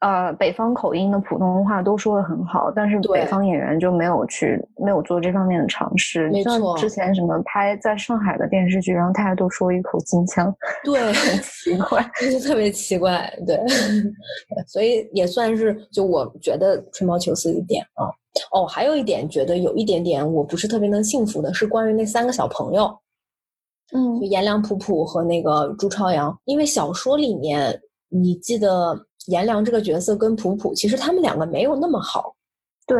B: 呃，北方口音的普通话都说的很好，但是
A: 对
B: 北方演员就没有去没有做这方面的尝试。
A: 没
B: 像
A: 错
B: 之前什么拍在上海的电视剧，然后大家都说一口京腔，
A: 对，
B: 很奇
A: [laughs]
B: 怪。
A: 就是特别奇怪，对， [laughs] 所以也算是就我觉得吹毛求疵一点啊。哦，还有一点觉得有一点点我不是特别能信服的是关于那三个小朋友，
B: 嗯
A: 就颜良、普普和那个朱朝阳，因为小说里面你记得颜良这个角色跟普普，其实他们两个没有那么好，
B: [laughs] 对，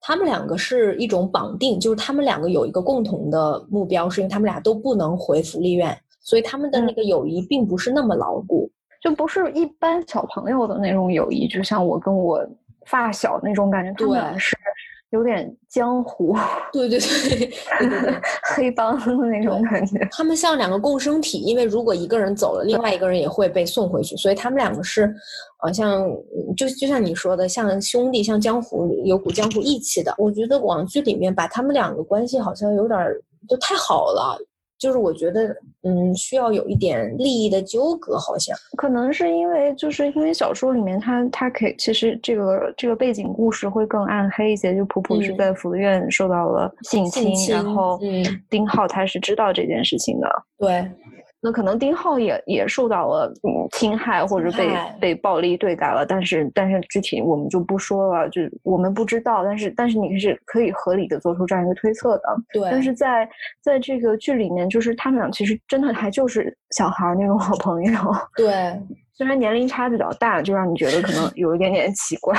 A: 他们两个是一种绑定，就是他们两个有一个共同的目标，是因为他们俩都不能回福利院，所以他们的那
B: 嗯
A: 个友谊并不是那么牢固。
B: 就不是一般小朋友的那种友谊，就像我跟我发小那种感觉，他们
A: 对
B: 俩是有点江湖 [laughs]
A: 对对对对对对，
B: 黑帮的那种感觉。
A: 他们像两个共生体，因为如果一个人走了，另外一个人也会被送回去，所以他们两个是，呃，像就就像你说的，像兄弟，像江湖有股江湖义气的。我觉得网剧里面把他们两个关系好像有点儿就太好了，就是我觉得嗯，需要有一点利益的纠葛，好像。
B: 可能是因为，就是因为小说里面它，它可以其实这个这个背景故事会更暗黑一些。就普普是
A: 嗯
B: 在福利院受到了性
A: 性
B: 侵，然
A: 侵
B: 后
A: 嗯
B: 丁浩他是知道这件事情的。
A: 对
B: 那可能丁浩也也受到了嗯侵害或者
A: 侵
B: 被
A: 害
B: 被暴力对待了，但是但是具体我们就不说了，就我们不知道。但是但是你是可以合理的做出这样一个推测的。
A: 对，
B: 但是在在这个剧里面，就是他们俩其实真的还就是小孩儿那种好朋友。
A: 对
B: 虽然年龄差比较大，就让你觉得
A: [laughs]
B: 可能有一点点奇怪，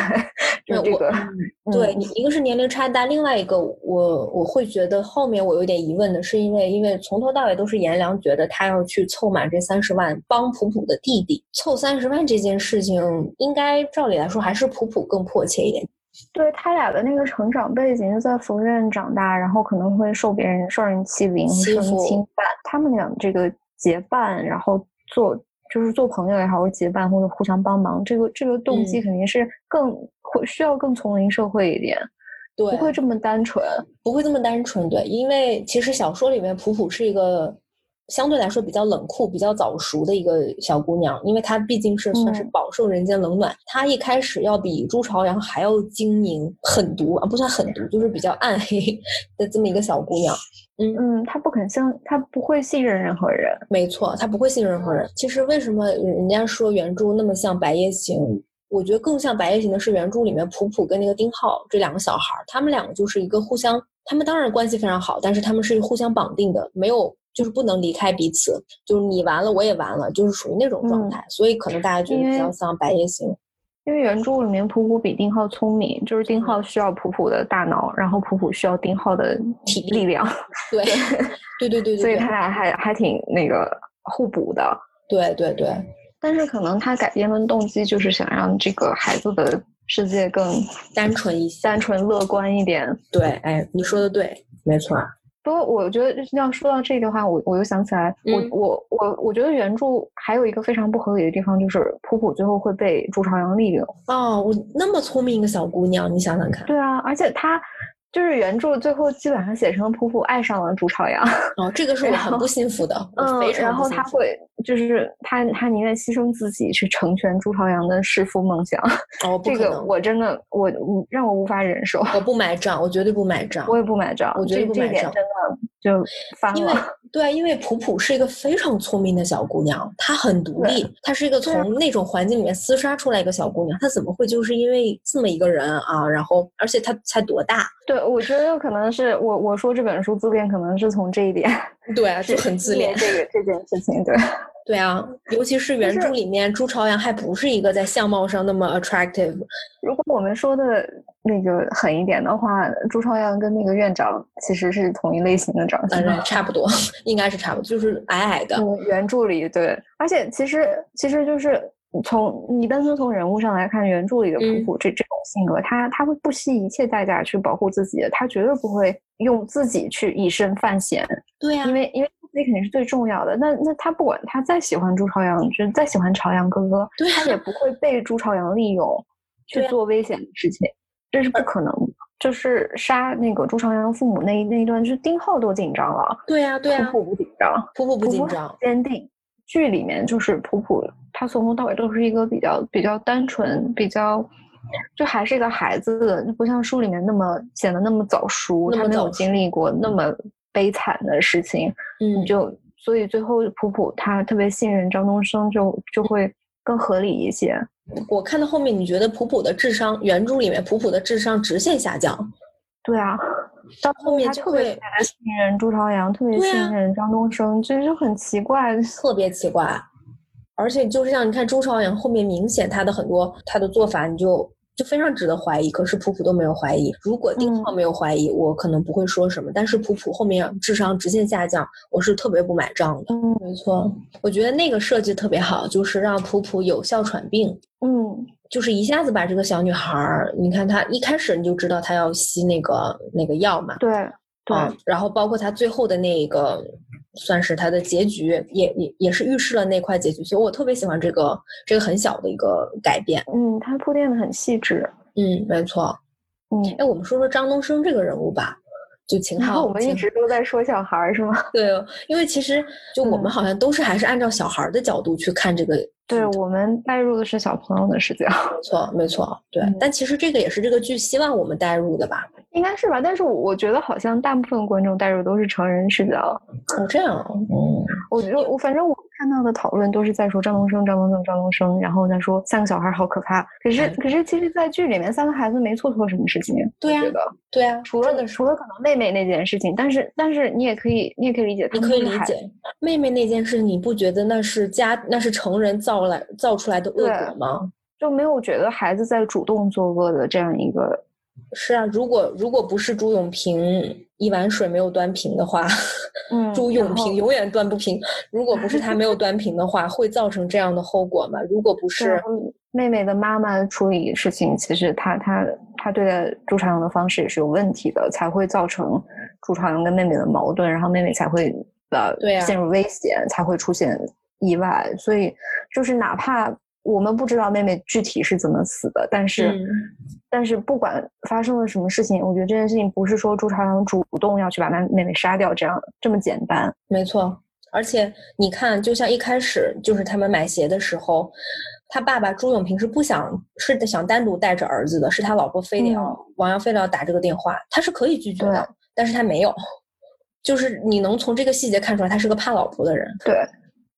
B: 就是
A: 对
B: 这
A: 我
B: 个，嗯
A: 对你一个是年龄差大，另外一个我我会觉得后面我有点疑问的是，因为因为从头到尾都是颜良觉得他要去凑满这三十万帮普普的弟弟凑三十万这件事情，应该照理来说还是普普更迫切一点。
B: 对他俩的那个成长背景，就在福利院长大，然后可能会受别人受人欺凌、
A: 欺
B: 受人
A: 负
B: 侵犯，他们俩这个结伴，然后做就是做朋友也好，或者结伴或者互相帮忙，这个这个动机
A: 嗯
B: 肯定是更会需要更丛林社会一点，
A: 对，
B: 不会这么单纯。
A: 不会这么单纯，对，因为其实小说里面普普是一个相对来说比较冷酷、比较早熟的一个小姑娘，因为她毕竟是算是
B: 嗯
A: 饱受人间冷暖，她一开始要比朱朝阳还要精明、狠毒啊，不算狠毒，就是比较暗黑的这么一个小姑娘。
B: 嗯，他不肯相，他不会信任任何人。
A: 没错，她不会信任任何
B: 嗯
A: 人。其实为什么人家说原著那么像《白夜行》？
B: 嗯
A: 我觉得更像《白夜行》的是原著里面普普跟那个丁浩这两个小孩儿，他们两个就是一个互相，他们当然关系非常好，但是他们是互相绑定的，没有就是不能离开彼此，就是你完了我也完了，就是属于那种状
B: 嗯
A: 态，所以可能大家觉得
B: 因
A: 比
B: 为
A: 较像《白夜
B: [laughs]
A: 行》。
B: 因为原著里面普普比丁浩聪明，就是
A: 嗯
B: 丁浩需要普普的大脑，然后普普需要丁浩的
A: 体力
B: 力量，
A: 对，对对嗯对
B: 所以
A: 对
B: 他俩还还挺那个互补的。
A: 对对对对，
B: 但是可能他改编的动机就是想让这个孩子的世界更
A: 单纯一些。
B: 单纯乐观一点。
A: 对，哎，你说的对，没错儿。
B: 不过我觉得就是要说到这个的话，我我又想起来，
A: 嗯
B: 我我我我觉得原著还有一个非常不合理的地方，就是普普最后会被朱朝阳利用。
A: 哦，我那么聪明一个小姑娘，你想想看。
B: 对啊，而且他就是原著最后基本上写成普普爱上了朱朝阳，
A: 哦，这个是我
B: 然
A: 很
B: 后
A: 不信服的，我
B: 嗯
A: 非，
B: 然
A: 常不
B: 后
A: 信
B: 他
A: 服
B: 会就是他他宁愿牺牲自己去成全朱朝阳的弑父梦想，
A: 哦，不
B: 这
A: 可
B: 个
A: 能，
B: 我真的我我让我无法忍受，
A: 我不买账，我绝对不买账。
B: 我也不买账，
A: 我觉得
B: 这
A: 不
B: 这
A: 买
B: 点
A: 账
B: 真的就翻
A: 因为
B: 了。
A: 对，因为普普是一个非常聪明的小姑娘，她很独
B: 对
A: 立，她是一个
B: 对啊
A: 从那种环境里面厮杀出来一个小姑娘，她怎么会就是因为这么一个人啊？然后，而且她才多大？
B: [laughs] 对，我觉得可能是我我说这本书自恋，可能是从这一点
A: 对啊， [laughs] 就是很自
B: 因为
A: 恋。
B: 这个这件事情，对， [laughs]
A: 对啊，尤其是原
B: 是
A: 著里面朱朝阳还不是一个在相貌上那么 attractive，
B: 如果我们说的那个狠一点的话，朱朝阳跟那个院长其实是同一类型的长相
A: 反。正呃差不多，
B: 嗯
A: 应该是差不多，就是矮矮的。
B: 嗯，原著里对，而且其实其实就是从你单纯从人物上来看，原著里的
A: 嗯
B: 普普这、这种性格，他他会不惜一切代价去保护自己的，他绝对不会用自己去以身犯险，
A: 对啊呀、
B: 因为因为自己肯定是最重要的。那那他不管他再喜欢朱朝阳，就是再喜欢朝阳哥哥，
A: 对啊
B: 他也不会被朱朝阳利用去
A: [laughs] 对啊
B: 做危险的事情，这是不可能的。就是杀那个朱朝阳父母那一那一段，就是丁浩都紧张了，
A: 对呀、对呀、啊
B: 普普不紧张，
A: 普普不
B: 普
A: 紧
B: 普很
A: 张，
B: 坚定。剧里面就是普普，他从头到尾都是一个比较比较单纯，比较就还是一个孩子的，就不像书里面那么显得那么早熟，
A: 那
B: 他
A: 么
B: 没
A: 早
B: 有经
A: 熟
B: 历过那么悲惨的事情，
A: 嗯，
B: 就所以最后普普他特别信任张东升就，就会更合理一些。
A: 我看到后面，你觉得普普的智商，原著里面普普的智商直线下降，
B: 对啊，到
A: 后面
B: 他
A: 就
B: 特别
A: 会
B: 特别信任朱朝阳，特别
A: 对啊嗯
B: 信任张东升，这就很奇怪。
A: 特别奇怪。而且就是像你看朱朝阳后面，明显他的很多他的做法，你就就非常值得怀疑。可是普普都没有怀疑。如果
B: 嗯
A: 丁浩没有怀疑，我可能不会说什么。但是普普后面智商直线下降，我是特别不买账的。
B: 嗯
A: 没错，我觉得那个设计特别好，就是让普普有效喘病，
B: 嗯，
A: 就是一下子把这个小女孩儿，你看她一开始你就知道她要吸那个那个药嘛，
B: 对对。
A: 啊，然后包括他最后的那一个，算是他的结局，也也也是预示了那块结局，所以我特别喜欢这个这个很小的一个改变。
B: 嗯，他铺垫的很细致。
A: 嗯，没错。
B: 嗯，
A: 哎，我们说说张东升这个人物吧，就秦
B: 然
A: 昊。
B: 后我们一
A: 秦
B: 直都在说小孩儿是吗？ [laughs]
A: 对，因为其实就我
B: 嗯
A: 们好像都是还是按照小孩儿的角度去看这个。
B: 对，我们带入的是小朋友的视角， [laughs]
A: 没错，没错，对。
B: 嗯
A: 但其实这个也是这个剧希望我们带入的吧？
B: 应该是吧？但是我我觉得好像大部分观众带入都是成人视角。
A: 哦，这样啊，嗯，
B: 我觉得我反正我看到的讨论都是在说张东升、张东升、张东升，然后再说三个小孩儿好可怕。可是
A: 嗯
B: 可是，其实，在剧里面三个孩子没做错什么事情，
A: 对
B: 我
A: 呀
B: 觉得
A: 对啊，
B: 除了除了可能妹妹那件事情，但是但是你也可以你也可以理解，
A: 你
B: 他们
A: 可以
B: 都是
A: 理
B: 孩
A: 解妹妹那件事，你不觉得那是家那是成人造来造出来的恶
B: 对
A: 果吗？
B: 就没有觉得孩子在主动作恶的这样一个
A: 是啊，如果如果不是朱永平一碗水没有端平的话，
B: 嗯
A: 朱永
B: 然后
A: 平永远端不平。如果不是他没
B: [laughs]
A: 有端平的话，会造成这样的后果吗？如果不
B: 对
A: 是，
B: 嗯妹妹的妈妈处理事情，其实她她她对待朱朝阳的方式也是有问题的，才会造成朱朝阳跟妹妹的矛盾，然后妹妹才会呃
A: 对啊
B: 陷入危险，才会出现意外。所以就是哪怕我们不知道妹妹具体是怎么死的，但是、
A: 嗯
B: 但是不管发生了什么事情，我觉得这件事情不是说朱朝阳主动要去把妹妹妹杀掉这样这么简单。
A: 没错，而且你看，就像一开始就是他们买鞋的时候，他爸爸朱永平是不想是想单独带着儿子的，是他老婆非得要、王阳非得要打这个电话，他是可以拒绝的
B: 嗯对，
A: 但是他没有。就是你能从这个细节看出来，他是个怕老婆的人，
B: 对，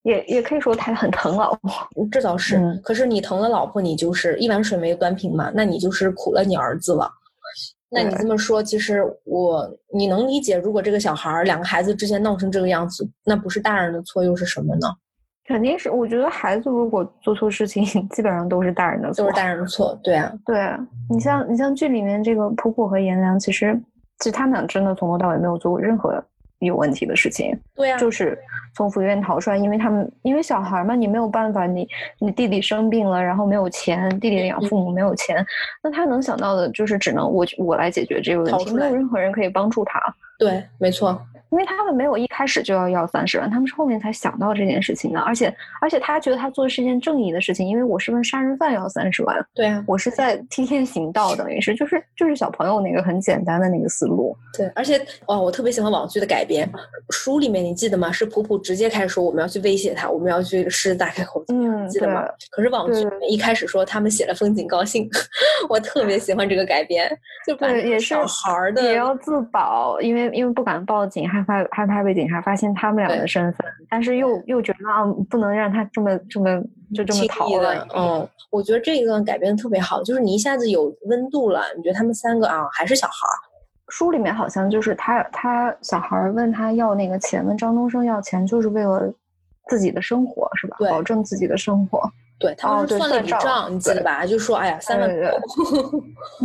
B: 也也可以说他很疼老婆。
A: 嗯这倒是。
B: 嗯
A: 可是你疼了老婆，你就是一碗水没端平嘛，那你就是苦了你儿子了。那你
B: 对
A: 这么说，其实我你能理解，如果这个小孩儿两个孩子之间闹成这个样子，那不是大人的错又是什么呢？
B: 肯定是，我觉得孩子如果做错事情， [laughs] 基本上都是大人的
A: 就
B: 错。
A: 是大人的错，对啊，
B: 对你像你像剧里面这个普普和颜良，其实其实他们俩真的从头到尾没有做过任何有问题的事情，
A: 对啊，
B: 就是从福利院逃出来，因为他们因为小孩嘛，你没有办法，你你弟弟生病了，然后没有钱，弟
A: 嗯
B: 弟养父母没有钱，那他能想到的就是只能我我来解决这个问
A: 逃
B: 题，
A: 出
B: 没有
A: 来
B: 任何人可以帮助他。
A: 对，没错，
B: 因为他们没有一开始就要要三十万，他们是后面才想到这件事情的。而且，而且他觉得他做的是一件正义的事情，因为我是问杀人犯要三十万，
A: 对啊，
B: 我是在替天行道，等于是就是就是小朋友那个很简单的那个思路。
A: 对，而且哦，我特别喜欢网剧的改编，书里面你记得吗？是普普直接开始说我们要去威胁他，我们要去狮子大开口，
B: 嗯
A: 记得吗？可是网剧
B: 对
A: 里面一开始说他们写了风景高兴， [laughs] 我特别喜欢这个改编，就把
B: 对
A: 那个
B: 也是
A: 小孩儿的
B: 也要自保，因为因为不敢报警，害怕害怕被警察发现他们俩
A: 对
B: 的身份，但是又又觉得啊，不能让他这么这么就这
A: 轻
B: 么
A: 易
B: 逃
A: 的
B: 了。，
A: 嗯，我觉得这一段改编得特别好，就是你一下子有温度了，你觉得他们三个啊还是小孩儿，
B: 书里面好像就是他他小孩儿问他要那个钱，问张东升要钱，就是为了自己的生活是吧？
A: 对
B: 保证自己的生活。
A: 对他
B: 哦
A: 们是
B: 对
A: 算了一
B: 算
A: 笔
B: 账
A: 账，你记
B: 对嗯
A: 得吧？就说哎呀，三万
B: [laughs] 对对
A: 不够。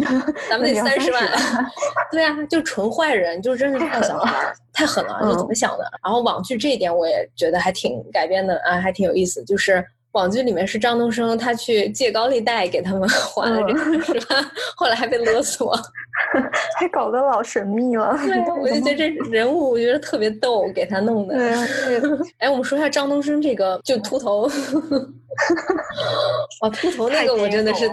A: 咱们
B: 那
A: 得
B: 你要
A: 三十
B: 30
A: 万
B: 万，
A: 对啊，就纯坏人，就真是
B: 太
A: 坏
B: 狠
A: 小
B: 了
A: 孩儿，太狠了，就怎么
B: 嗯
A: 想的？然后网剧这一点我也觉得还挺改编的啊，还挺有意思，就是网剧里面是张东升，他去借高利贷给他们 [laughs] 还了这个、嗯、是吧？后来还被勒索，
B: [laughs] 还搞得老神秘了。
A: 对，我就觉得这人物我觉得特别逗，给他弄的。[laughs]
B: 对，对
A: 哎，我们说一下张东升这个，就秃头， [laughs] 哇哦，秃头那个我真的是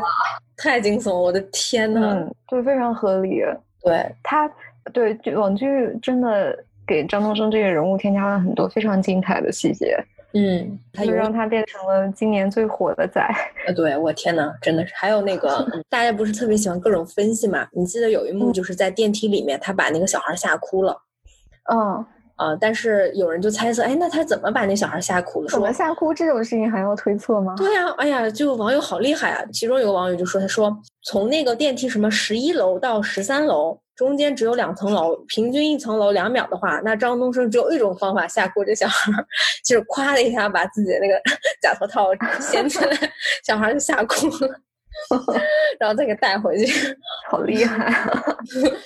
A: 太惊悚，我的天呐，
B: 嗯，对，非常合理。
A: 对
B: 他，对网剧真的给张东升这个人物添加了很多非常精彩的细节。
A: 嗯，
B: 他就让他变成了今年最火的仔。 [laughs]
A: 呃，对我天呐，真的是。还有那个大家不是特别喜欢各种分析嘛？你记得有一幕就是在电梯里面，他把那个小孩吓哭了。
B: 嗯。
A: 呃，但是有人就猜测，哎，那他怎么把那小孩吓哭了？
B: 怎么吓哭这种事情还要推测吗？
A: 对呀、啊，哎呀，就网友好厉害啊！其中有个网友就说，他说从那个电梯什么十一楼到十三楼中间只有两层楼，平均一层楼两秒的话，那张东升只有一种方法吓哭这小孩，就是咵的一下把自己的那个 [laughs] 假头套掀起来，小孩就吓哭了。 [laughs] 然后再给带回去，
B: 好厉
A: [laughs]
B: 害、啊！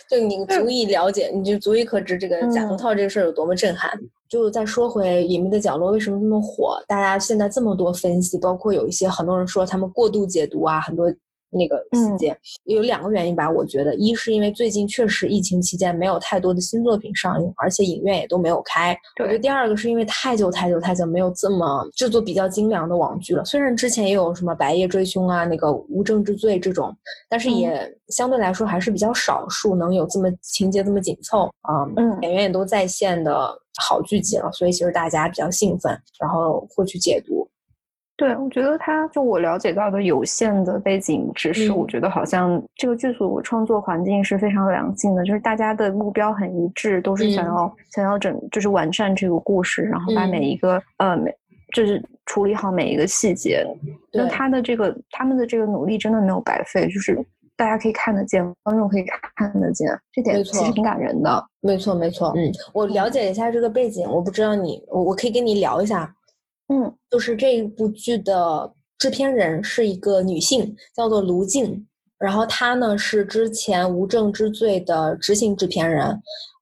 A: 就你足以了解，你就足以可知这个假头套这个事儿有多么震撼。嗯、就再说回《隐秘的角落》为什么这么火，大家现在这么多分析，包括有一些很多人说他们过度解读啊，很多那个细节、嗯、有两个原因吧。我觉得，一是因为最近确实疫情期间没有太多的新作品上映，而且影院也都没有开。我觉得第二个是因为太久太久太久没有这么制作比较精良的网剧了。虽然之前也有什么《白夜追凶》啊、那个《无证之罪》这种，但是也相对来说还是比较少数能有这么情节这么紧凑啊、嗯嗯，演员也都在线的好剧集了。所以其实大家比较兴奋，然后会去解读。
B: 对，我觉得他就我了解到的有限的背景知识，我觉得好像这个剧组创作环境是非常良性的，就是大家的目标很一致，都是想要、嗯、想要整就是完善这个故事，然后把每一个、嗯、呃每就是处理好每一个细节。那他的这个他们的这个努力真的没有白费，就是大家可以看得见，观众可以看得见，这点其实挺感人的。
A: 没错，没错。嗯，我了解一下这个背景，我不知道你，我我可以跟你聊一下。
B: 嗯，
A: 就是这一部剧的制片人是一个女性，叫做卢静。然后她呢是之前《无证之罪》的执行制片人，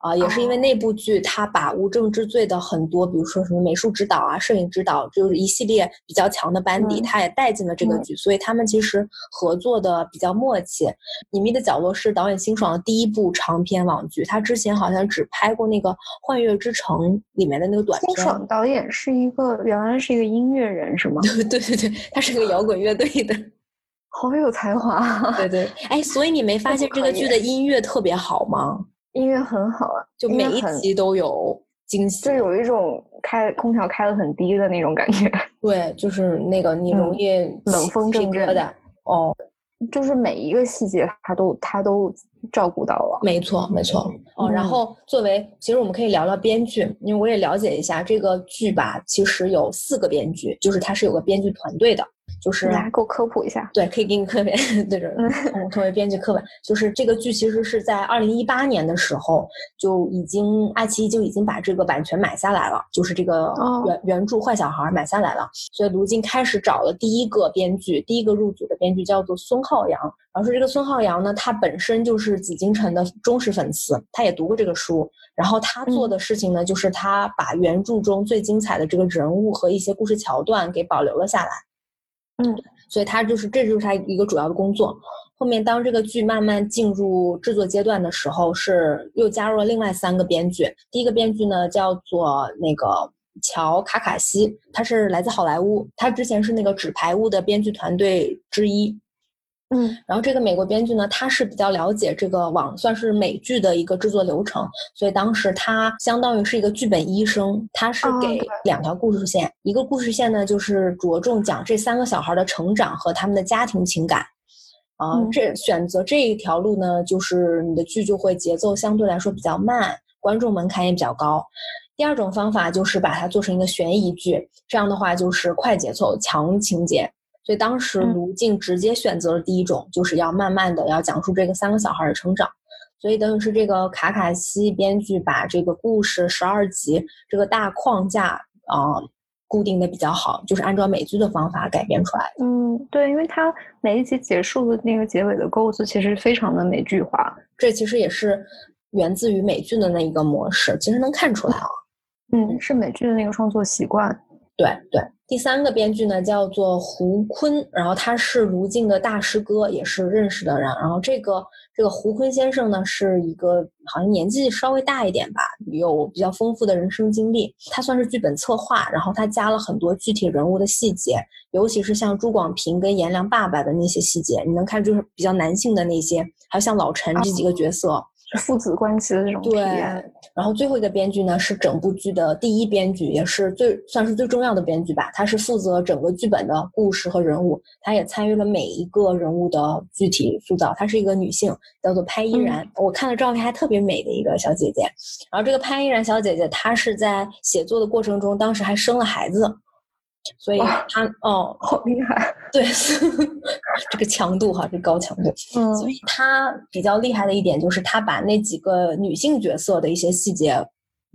A: 啊、呃，也是因为那部剧，她把《无证之罪》的很多，比如说什么美术指导啊、摄影指导，就是一系列比较强的班底，她、嗯、也带进了这个剧、嗯，所以他们其实合作的比较默契。《隐秘的角落》是导演辛爽的第一部长篇网剧，他之前好像只拍过那个《幻乐之城》里面的那个短片。
B: 辛爽导演是一个原来是一个音乐人是吗？ [laughs]
A: [laughs] 对对对，他是个摇滚乐队的。
B: 好有才华、
A: 啊，对对，哎，所以你没发现这个剧的音乐特别好吗？
B: [laughs] 音乐很好啊，
A: 就每一集都有惊喜，
B: 就有一种开空调开的很低的那种感觉。 [laughs]
A: 对，就是那个你容易、嗯、
B: 冷风阵阵
A: 的哦，
B: 就是每一个细节他都他都照顾到了。
A: 没错，没错。哦，嗯、然后作为其实我们可以聊聊编剧，因为我也了解一下这个剧吧，其实有四个编剧，就是它是有个编剧团队的。就是啊
B: 来给我科普一下，
A: 对，可以给你科普， [laughs] 对对，我成为编剧科普。就是这个剧其实是在二零一八年的时候就已经爱奇艺就已经把这个版权买下来了，就是这个原、哦、原著《坏小孩》买下来了，所以卢金开始找了第一个编剧，第一个入组的编剧叫做孙浩洋。然后说这个孙浩洋呢，他本身就是紫禁城的忠实粉丝，他也读过这个书。然后他做的事情呢，嗯、就是他把原著中最精彩的这个人物和一些故事桥段给保留了下来。
B: 嗯，
A: 所以他就是这就是他一个主要的工作。后面当这个剧慢慢进入制作阶段的时候，是又加入了另外三个编剧。第一个编剧呢叫做那个乔卡卡西，他是来自好莱坞，他之前是那个《纸牌屋》的编剧团队之一。
B: 嗯，
A: 然后这个美国编剧呢，他是比较了解这个网算是美剧的一个制作流程，所以当时他相当于是一个剧本医生，他是给两条故事线，oh, okay. 一个故事线呢就是着重讲这三个小孩的成长和他们的家庭情感，啊、呃嗯，这选择这一条路呢，就是你的剧就会节奏相对来说比较慢，观众门槛也比较高。第二种方法就是把它做成一个悬疑剧，这样的话就是快节奏强情节。所以当时卢静直接选择了第一种、嗯，就是要慢慢的要讲述这个三个小孩的成长。所以等于是这个卡卡西编剧把这个故事十二集这个大框架啊、呃、固定的比较好，就是按照美剧的方法改编出来的。
B: 嗯，对，因为它每一集结束的那个结尾的构思其实非常的美剧化，
A: 这其实也是源自于美剧的那一个模式，其实能看出来啊。
B: 嗯，是美剧的那个创作习惯。
A: 对对，第三个编剧呢叫做胡坤，然后他是卢靖的大师哥，也是认识的人。然后这个这个胡坤先生呢是一个好像年纪稍微大一点吧，有比较丰富的人生经历。他算是剧本策划，然后他加了很多具体人物的细节，尤其是像朱广平跟颜良爸爸的那些细节，你能看就是比较男性的那些，还有像老陈这几个角色。
B: 父子关系的这种
A: 对
B: 体验，
A: 然后最后一个编剧呢是整部剧的第一编剧，也是最算是最重要的编剧吧。他是负责整个剧本的故事和人物，他也参与了每一个人物的具体塑造。她是一个女性，叫做潘依然。我看了照片还特别美的一个小姐姐。然后这个潘依然小姐姐，她是在写作的过程中，当时还生了孩子，所以
B: 哇
A: 她哦，
B: 好厉害。
A: 对，这个强度哈，这高强度。
B: 嗯
A: [laughs] 所以他比较厉害的一点就是他把那几个女性角色的一些细节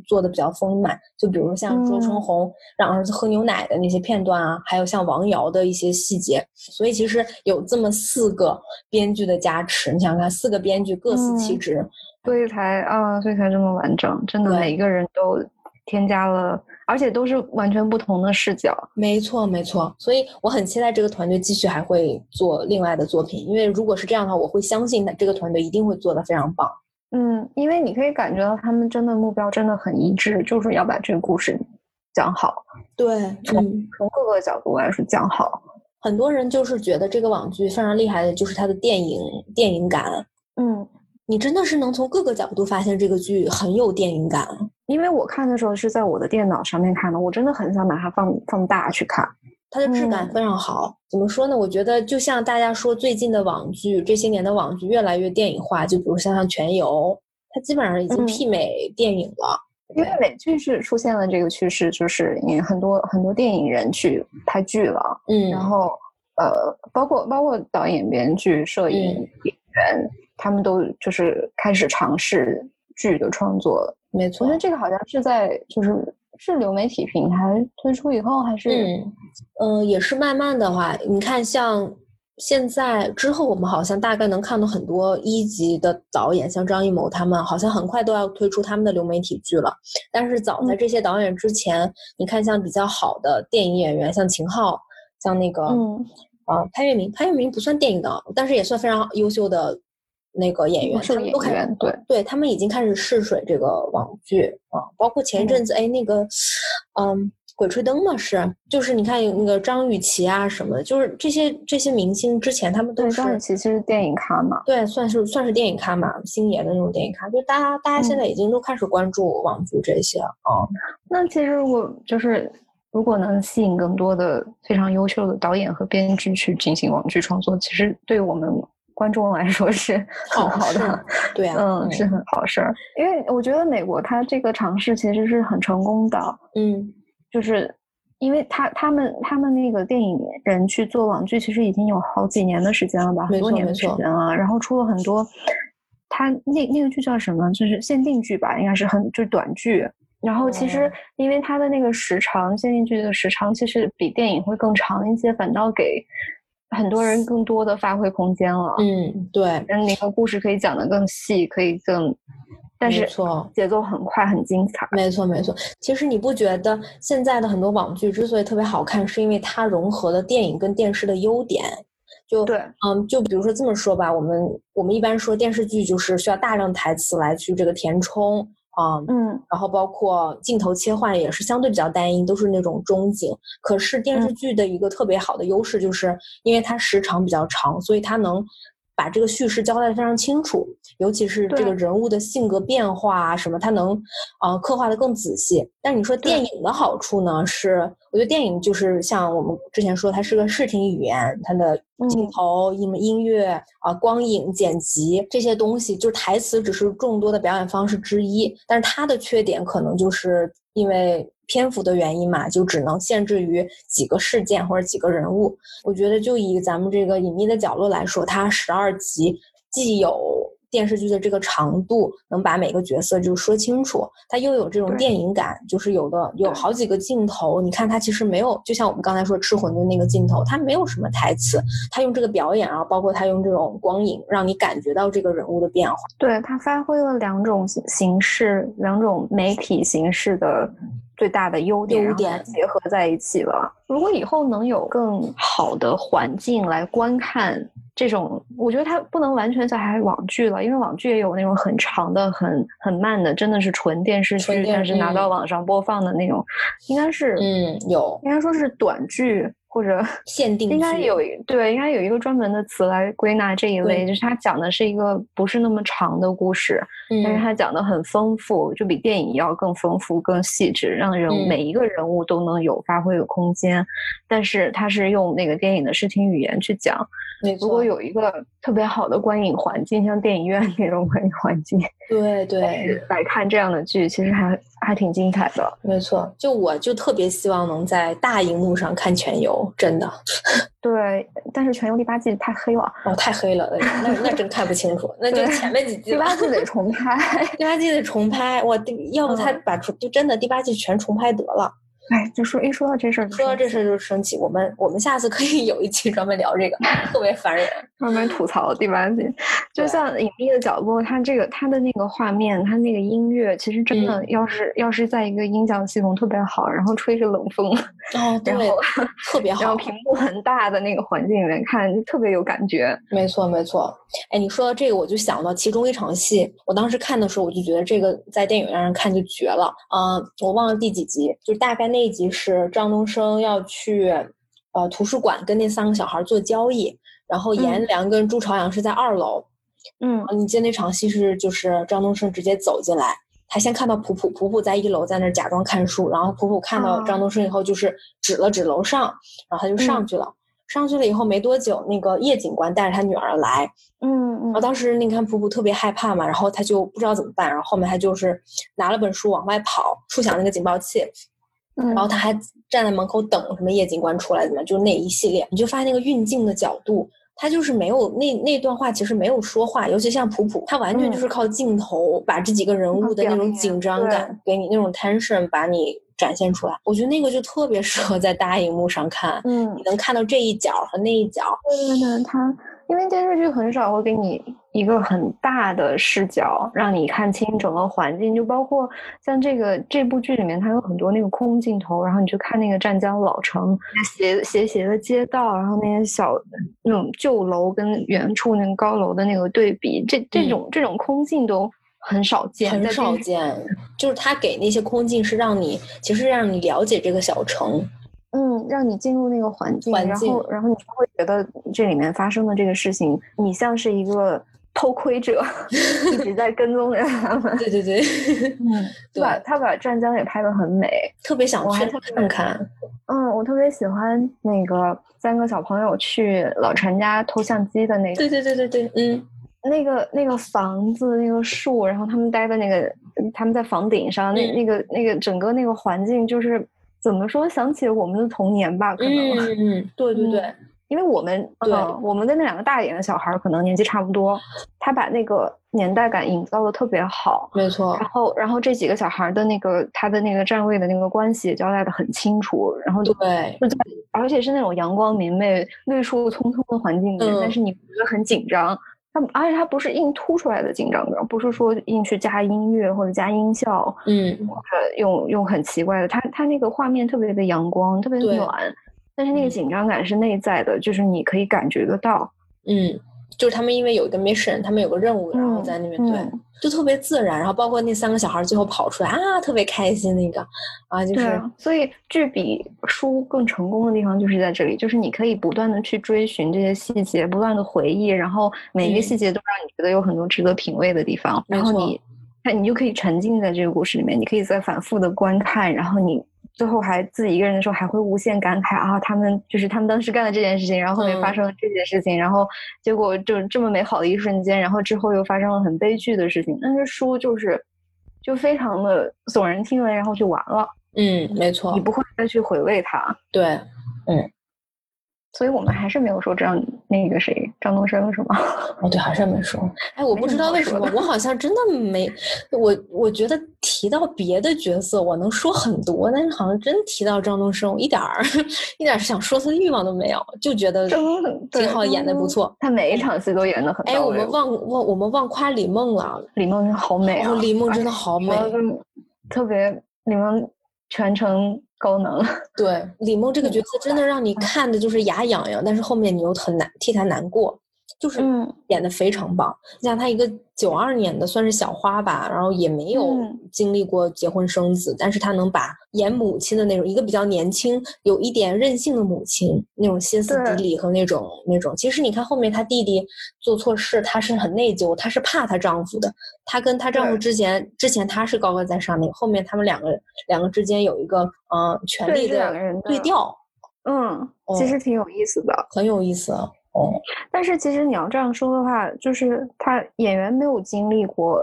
A: 做的比较丰满，就比如像周春
B: 嗯
A: 红让儿子喝牛奶的那些片段啊，还有像王瑶的一些细节。所以其实有这么四个编剧的加持，你想想看，四个编剧各司其
B: 嗯
A: 职，
B: 所以才啊，所以才这么完整。真的，
A: 对
B: 每一个人都添加了，而且都是完全不同的视角。
A: 没错，没错，所以我很期待这个团队继续还会做另外的作品，因为如果是这样的话，我会相信他这个团队一定会做的非常棒。
B: 嗯，因为你可以感觉到他们真的目标真的很一致，就是要把这个故事讲好，
A: 对，嗯，
B: 从各个角度来说讲好。
A: 很多人就是觉得这个网剧非常厉害的，就是它的电影电影感。
B: 嗯，
A: 你真的是能从各个角度发现这个剧很有电影感。
B: 因为我看的时候是在我的电脑上面看的，我真的很想把它放放大去看。
A: 它的质感
B: 嗯
A: 非常好。怎么说呢？我觉得就像大家说，最近的网剧，这些年的网剧越来越电影化，就比如像像《全游》，它基本上已经
B: 嗯
A: 媲美电影了。
B: 因为美剧是出现了这个趋势，就是也很多很多电影人去拍剧了，
A: 嗯，
B: 然后呃，包括包括导演、编剧、摄
A: 嗯
B: 影、演员，他们都就是开始尝试剧的创作了。
A: 没
B: 我
A: 错
B: 觉，得这个好像是在就是是流媒体平台推出以后，还是
A: 嗯，呃，也是慢慢的话，你看像。现在之后，我们好像大概能看到很多一级的导演，像张艺谋他们，好像很快都要推出他们的流媒体剧了。但是早在
B: 嗯
A: 这些导演之前，你看像比较好的电影演员，像秦昊，像那个
B: 嗯，
A: 啊，潘粤明，潘粤明不算电影的，但是也算非常优秀的那个演员，
B: 是
A: 他们
B: 演
A: 都开呃
B: 员对，
A: 对他们已经开始试水这个网剧啊，包括前一阵子哎那个，嗯，鬼吹灯嘛是，就是你看有那个张雨绮啊什么的，就是这些这些明星之前他们都
B: 对，
A: 是
B: 张雨绮其实电影咖嘛，
A: 对算是算是电影咖嘛，星爷的那种电影咖，就大家大家
B: 嗯
A: 现在已经都开始关注网剧这些了啊，
B: 那其实如果就是如果能吸引更多的非常优秀的导演和编剧去进行网剧创作，其实对我们观众来说是很好
A: 是
B: 的，
A: 对啊，
B: 嗯，是很好事儿。因为我觉得美国它这个尝试其实是很成功的，
A: 嗯
B: 就是因为他他们他们那个电影人去做网剧，其实已经有好几年的时间了吧，
A: 没
B: 很多
A: 错
B: 年
A: 没
B: 的时
A: 错
B: 间了。然后出了很多，他那那个剧叫什么？就是限定剧吧，应该是很就是短剧。然后其实
A: 哦
B: 因为它的那个时长，限定剧的时长其实比电影会更长一些，反倒给很多人更多的发挥空间了。
A: 嗯对，
B: 嗯，那个故事可以讲得更细，可以更，但
A: 没
B: 是
A: 错。
B: 节奏很快，很精彩。
A: 没错，没错。其实你不觉得现在的很多网剧之所以特别好看，是因为它融合了电影跟电视的优点。就
B: 对，
A: 嗯，就比如说这么说吧，我们我们一般说电视剧就是需要大量台词来去这个填充啊、嗯
B: 嗯。
A: 然后包括镜头切换也是相对比较单一，都是那种中景。可是电
B: 嗯
A: 视剧的一个特别好的优势，就是因为它时长比较长，所以它能把这个叙事交代的非常清楚，尤其是这
B: 对
A: 个人物的性格变化啊什么，它能呃刻画的更仔细。但你说
B: 对
A: 电影的好处呢，是我觉得电影就是像我们之前说，它是个视听语言，它的镜
B: 嗯
A: 头、音音乐啊、光影、剪辑这些东西，就是台词只是众多的表演方式之一。但是它的缺点可能就是因为篇幅的原因嘛，就只能限制于几个事件或者几个人物。我觉得就以咱们这个《隐秘的角落》来说，它十二集既有电视剧的这个长度能把每个角色就说清楚，它又有这种
B: 对
A: 电影感，就是有的有
B: 对
A: 好几个镜头，你看它其实没有，就像我们刚才说《吃魂》的那个镜头，它没有什么台词，它用这个表演啊，包括它用这种光影，让你感觉到这个人物的变化。
B: 对，它发挥了两种形形式、两种媒体形式的最大的优点，
A: 优
B: 然后把它
A: 点
B: 结合在一起了。如果以后能有更好的环境来观看这种，我觉得它不能完全小孩网剧了，因为网剧也有那种很长的、很很慢的，真的是纯电视
A: 纯
B: 剧，
A: 电
B: 但是拿
A: 嗯
B: 到网上播放的那种，应该是、
A: 嗯，有
B: 应该说是短剧或者。
A: 限定
B: 应该
A: 剧
B: 有一对，应该有一个专门的词来归纳这一
A: 对
B: 类，就是它讲的是一个不是那么长的故事，但是
A: 嗯
B: 它讲的很丰富，就比电影要更丰富、更细致，让人
A: 嗯
B: 每一个人物都能有发挥的空间。但是它是用那个电影的视听语言去讲。
A: 没
B: 如
A: 错，
B: 果有一个特别好的观影环境，像电影院那种观影环境
A: 对对，
B: [laughs] 来看这样的剧，其实还还挺精彩的。
A: 没错，就我就特别希望能在大荧幕上看《全游》，真的
B: 对，但是《全游》第八季太 [laughs] 黑了，
A: 哦，太黑了，那那那真看不清楚，那就
B: 对
A: 前面几季
B: 第
A: 吧
B: 八。季得重拍。 [laughs]
A: 第八季得重拍，我第要不他
B: 嗯
A: 把重、就真的第八季全重拍得了。
B: 哎，就说一说到这事儿就生气，
A: 说到这事儿就生气，我们我们下次可以有一期专门聊这个，特别烦人。
B: 慢慢吐槽第八季，就
A: 对
B: 像《隐秘的角落》，它这个它的那个画面，它那个音乐，其实真
A: 嗯
B: 的要是、要是在一个音响系统特别好，然后吹着冷风，
A: 哦，对
B: 然后，
A: 特别
B: 然后
A: 好，
B: 屏幕很大的那个环境里面看，就特别有感觉。
A: 没错没错。哎，你说到这个，我就想到其中一场戏，我当时看的时候，我就觉得这个在电影院上看就绝了。嗯、我忘了第几集，就大概那一集是张东升要去呃图书馆跟那三个小孩做交易，然后颜良跟朱朝阳是在二楼。
B: 嗯，
A: 你记得那场戏是就是张东升直接走进来，他先看到普普，普普在一楼在那儿假装看书，然后普普看到
B: 哦
A: 张东升以后就是指了指楼上，然后他就上
B: 嗯
A: 去了。上去了以后没多久，那个叶警官带着他女儿来，
B: 嗯
A: 然后当时你看普普特别害怕嘛，然后他就不知道怎么办，然后后面他就是拿了本书往外跑，触响那个警报器，
B: 嗯，
A: 然后他还站在门口等什么叶警官出来，怎么样就那一系列，你就发现那个运镜的角度，他就是没有那那段话其实没有说话，尤其像普普，他完全就是靠镜头把这几个人物的那
B: 嗯表
A: 种
B: 演
A: 紧张感，给你那种 tension 把你展现出来。我觉得那个就特别适合在大荧幕上看，
B: 嗯
A: 你，能看到这一角和那一角。
B: 对对对，它因为电视剧很少会给你一个很大的视角，让你看清整个环境，就包括像这个这部剧里面，它有很多那个空镜头，然后你去看那个湛江老城斜斜斜的街道，然后那些小那种旧楼跟远处那个高楼的那个对比，这这
A: 嗯
B: 种、这种空镜都很少见，在
A: 很
B: 电
A: 少
B: 视
A: 见，就是他给那些空镜是让你，其实让你了解这个小城。
B: 嗯，让你进入那个环境，
A: 环
B: 然
A: 境
B: 后然后你就会觉得这里面发生的这个事情，你像是一个偷窥者， [laughs] 一直在跟踪着他
A: [laughs]
B: 们。
A: 对对对， [laughs]
B: 嗯，他把
A: 对
B: 他把湛江也拍得很美。
A: 特别想
B: 我
A: 去
B: 还特别
A: 看看。
B: 嗯，我特别喜欢那个三个小朋友去老陈家偷相机的那个
A: 对对对对对，嗯。
B: 那个那个房子那个树，然后他们待在那个他们在房顶上，那
A: 嗯
B: 那个那个整个那个环境就是怎么说，想起我们的童年吧，可能。
A: 嗯 [laughs] 嗯，对对
B: 嗯
A: 对，
B: 因为我们
A: 对
B: 嗯我们跟那两个大一点的小孩儿可能年纪差不多，他把那个年代感营造的特别好。
A: 没错
B: 然，后，然后这几个小孩儿的那个他的那个站位的那个关系也交代的很清楚，然后就
A: 对
B: 就在，而且是那种阳光明媚、绿树葱葱的环境里面，
A: 嗯
B: 但是你不觉得很紧张？他而且他不是硬突出来的紧张感，不是说硬去加音乐或者加音效，
A: 嗯，
B: 或者用用很奇怪的，它它那个画面特别的阳光，特别
A: 对
B: 暖，但是那个
A: 嗯
B: 紧张感是内在的，就是你可以感觉得到。
A: 嗯，就是他们因为有一个 mission，他们有个任务，然后
B: 嗯
A: 在那边、
B: 嗯
A: 对，就特别自然。然后包括那三个小孩最后跑出来啊，特别开心那个啊，就
B: 对
A: 是
B: 啊，所以剧比书更成功的地方就是在这里，就是你可以不断的去追寻这些细节，不断的回忆，然后每一个
A: 嗯
B: 细节都让你觉得有很多值得品味的地方，
A: 没
B: 然后
A: 错
B: 你，那你就可以沉浸在这个故事里面，你可以再反复的观看，然后你。最后还自己一个人的时候，还会无限感慨啊！他们就是他们当时干了这件事情，然后后面发
A: 嗯
B: 生了这件事情，然后结果就这么美好的一瞬间，然后之后又发生了很悲剧的事情。但是书就是就非常的耸人听闻，然后就完了。
A: 嗯，没错
B: 你，不会再去回味它。
A: 对，
B: 所以我们还是没有说这样那个谁，张东升是吗？ [laughs]
A: 哦，对，好像没说。哎，我不知道为什么，我好像真的没，我我觉得提到别的角色，我能说很多，但是好像真提到张东升，我一点儿 [laughs] 一点儿想说他的欲望都没有，就觉得
B: 真的对
A: 挺好，演的不错。嗯
B: 他每一场戏都演的很到位。
A: 哎，我们忘忘我们忘夸李梦了，
B: 李梦真的好美啊！
A: 哦，李梦真的好美。
B: 我嗯特别李梦全程高能， [laughs]
A: 对，李梦这个角色真的让你看的就是牙痒痒，但是后面你又很难替她难过，就是
B: 嗯
A: 演的非常棒。你想她一个九二年的，算是小花吧，然后也没有
B: 嗯
A: 经历过结婚生子，但是她能把演母亲的那种一个比较年轻、有一点任性的母亲那种歇斯
B: 对
A: 底里和那种那种，其实你看后面她弟弟做错事，她是很内疚，她是怕她丈夫的，她跟她丈夫
B: 对
A: 之前之前她是高高在上那个，后面他们两个两个之间有一个呃权
B: 对
A: 力
B: 这两个人
A: 的对
B: 的
A: 调，
B: 嗯，
A: 哦
B: 其实挺有意思的。
A: 很有意思。哦，
B: 但是其实你要这样说的话，就是他演员没有经历过，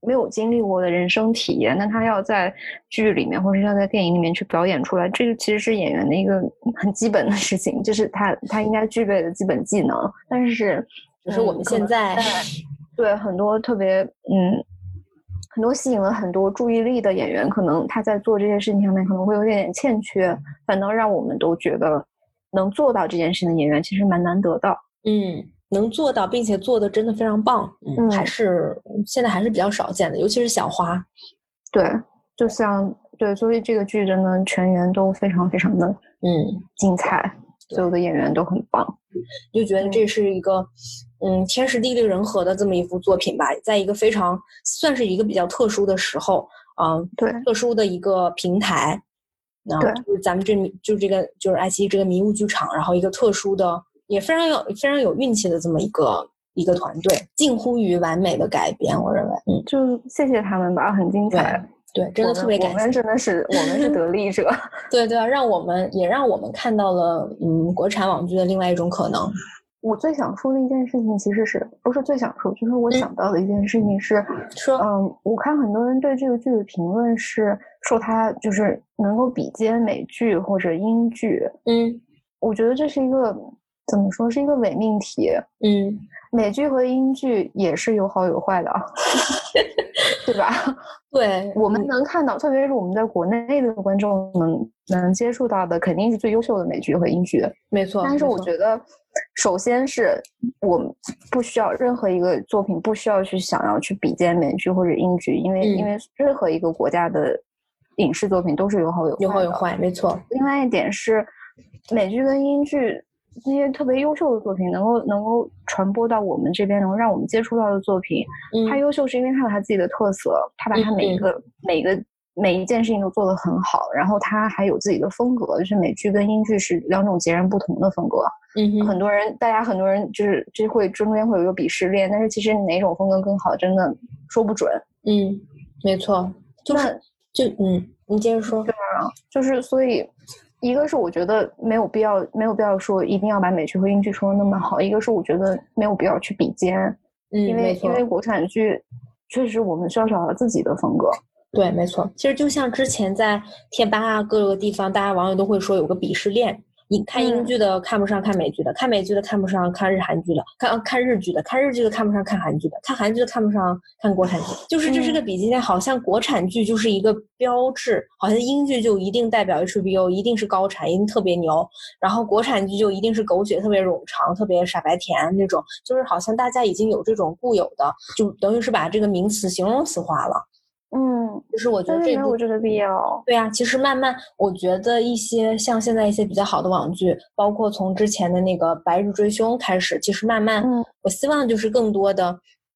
B: 没有经历过的人生体验，那他要在剧里面或者要在电影里面去表演出来，这个其实是演员的一个 [laughs] 很基本的事情，就是他他应该具备的基本技能。但是，
A: 只是我们
B: 嗯可
A: 现
B: 能
A: 在、
B: 对很多特别嗯。很多吸引了很多注意力的演员，可能他在做这些事情上面可能会有点点欠缺，反倒让我们都觉得能做到这件事情的演员其实蛮难得的。
A: 嗯能做到，并且做的真的非常棒，嗯，
B: 嗯
A: 还是现在还是比较少见的，尤其是小花。
B: 对，就像对，所以这个剧真的全员都非常非常的
A: 嗯，
B: 精彩，所有的演员都很棒。
A: 就觉得这是一个。嗯，天时地利人和的这么一幅作品吧，在一个非常算是一个比较特殊的时候，啊、
B: 对
A: 特殊的一个平台，啊，
B: 对
A: 就是咱们这迷就这个就是爱奇艺这个迷雾剧场，然后一个特殊的也非常有非常有运气的这么一个一个团队，近乎于完美的改编，我认为，嗯，
B: 就谢谢他们吧，很精彩，
A: 对，真的
B: 我们
A: 特别
B: 我
A: 感
B: 们
A: 谢，
B: 真的是我们是得
A: [laughs]
B: 利者。
A: 对对啊，让我们也让我们看到了嗯国产网剧的另外一种可能，
B: 我最想说的一件事情，其实是不是最想说，就是
A: 嗯
B: 我想到的一件事情是，
A: 说、
B: 嗯，我看很多人对这个剧的评论是说它就是能够比肩美剧或者英剧，
A: 嗯
B: 我觉得这是一个怎么说是一个伪命题。
A: 嗯，
B: 美剧和英剧也是有好有
A: [laughs]
B: 坏的，啊对吧？
A: 对，
B: 我们
A: 嗯
B: 能看到，特别是我们在国内的观众能能接触到的，肯定是最优秀的美剧和英剧。
A: 没错，
B: 但是
A: 嗯没
B: 我
A: 错
B: 觉得，首先是我们不需要任何一个作品不需要去想要去比肩美剧或者英剧，因为、因
A: 嗯
B: 为任何一个国家的影视作品都是有好有坏
A: 有好有
B: 的
A: 坏，没错，
B: 另外一点是，美剧跟英剧那些特别优秀的作品，能够能够传播到我们这边，能让我们接触到的作品，
A: 嗯
B: 它优秀是因为它有它自己的特色，它把它
A: 嗯
B: 每一
A: 嗯
B: 个、每一个每一件事情都做得很好，然后它还有自己的风格，就是美剧跟英剧是两种截然不同的风格。
A: 嗯哼
B: 很多人，大家很多人就是这会中间会有一个鄙视链，但是其实哪种风格更好，真的说不准。
A: 嗯，没错，就是就嗯，你接着说，
B: 就是所以，一个是我觉得没有必要，没有必要说一定要把美剧和英剧说的那么好；一个是我觉得没有必要去比肩，
A: 嗯，
B: 因
A: 没
B: 为
A: 错
B: 因为国产剧确实我们需要找到自己的风格。
A: 对，没错。其实就像之前在贴吧啊，各个地方，大家网友都会说有个鄙视链，你看英
B: 嗯
A: 剧的看不上看美剧的，看美剧的看不上看日韩剧的，看呃看日剧的，看日剧的看不上看韩剧的，看韩剧的看不上看国产剧，就是这是个比基链，好像国产剧就是一个标志，好像英剧就一定代表 HBO，一定是高产，一定特别牛，然后国产剧就一定是狗血，特别冗长，特别傻白甜那种，就是好像大家已经有这种固有的，就等于是把这个名词形容词化了。
B: 嗯，
A: 就是我觉
B: 但
A: 得
B: 是没
A: 这部
B: 有这个必要。
A: 对啊，其实慢慢，我觉得一些像现在一些比较好的网剧，包括从之前的那个《白日追凶》开始，其实慢慢，
B: 嗯
A: 我希望就是更多的，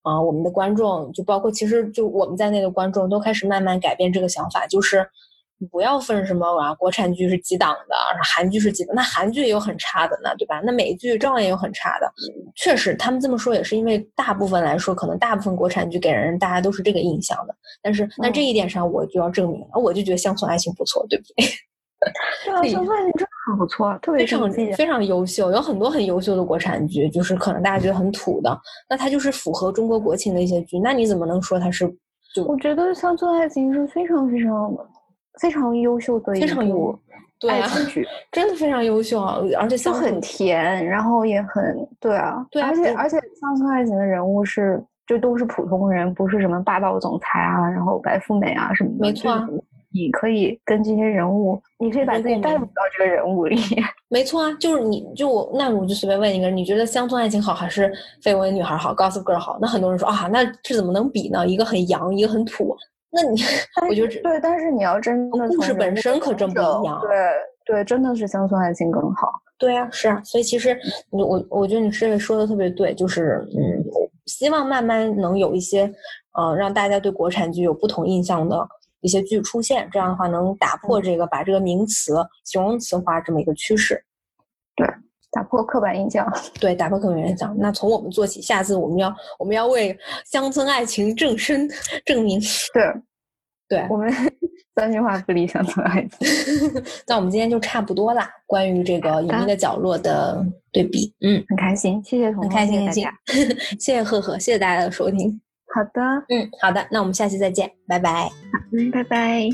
A: 啊、我们的观众，就包括其实就我们在内的观众，都开始慢慢改变这个想法，就是不要分什么啊，国产剧是几档的，韩剧是几档，那韩剧也有很差的呢，对吧？那美剧照样也有很差的，确实，他们这么说也是因为大部分来说，可能大部分国产剧给人大家都是这个印象的。但是，那这一点上我就要证明了，我就觉得《乡村爱情》不错，对不对？
B: 对啊，
A: 对
B: 乡村爱情真的很不错，特别
A: 非
B: 是
A: 常
B: 季节。
A: 非常优秀，有很多很优秀的国产剧，就是可能大家觉得很土的，那它就是符合中国国情的一些剧，那你怎么能说它是就
B: 我觉得乡村爱情是非常非常非常优秀的一
A: 非常
B: 部
A: 优？对
B: 爱
A: 啊，
B: 自 [laughs] 己，
A: 真的非常优秀，啊而且
B: 就
A: 相
B: 很
A: 处
B: 甜，然后也很对啊，
A: 对啊
B: 而且
A: 对
B: 而且乡村爱情的人物是就都是普通人，不是什么霸道总裁啊，然后白富美啊什么的，
A: 没
B: 就
A: 错啊
B: 是你可以跟这些人物，你可以把
A: 有
B: 自己
A: 共
B: 带
A: 鸣
B: 入到这个人物里。
A: 没错啊，就是你就我那我就随便问一个人，你觉得乡村爱情好还是绯闻女孩好，Gossip Girl 好？那很多人说啊，那这怎么能比呢？一个很洋，一个很土。那你
B: 但
A: 我觉得
B: 是
A: 这
B: [laughs] 对，但是你要真
A: 故
B: 的从
A: 事
B: 人
A: 本
B: 物的
A: 身可
B: 成
A: 真不一
B: 长
A: 样
B: 对对，真的是乡村爱情更好。
A: 对啊，是啊，所以其实你我我觉得你是说的特别对，就是嗯，希望慢慢能有一些呃让大家对国产剧有不同印象的一些剧出现，这样的话能打
B: 嗯
A: 破这个、把这个名词形容词化这么一个趋势。
B: 打破刻板印象， [laughs]
A: 对，打破刻板印象。那从我们做起，下次我们要我们要为乡村爱情正身证明。
B: 对
A: 对，
B: 我们三句话不离乡村爱情。
A: 那我们今天就差不多啦。关于这个《隐
B: 好
A: 秘
B: 的
A: 的角落》的对比，嗯，
B: 很开心，谢谢
A: 很
B: 彤彤，
A: 开
B: 谢
A: 心，开
B: 谢大
A: 心
B: 家。。
A: [laughs] 谢谢赫赫，谢谢大家的收听。
B: 好的，
A: 嗯，好的，那我们下期再见，拜拜。
B: 嗯，拜拜。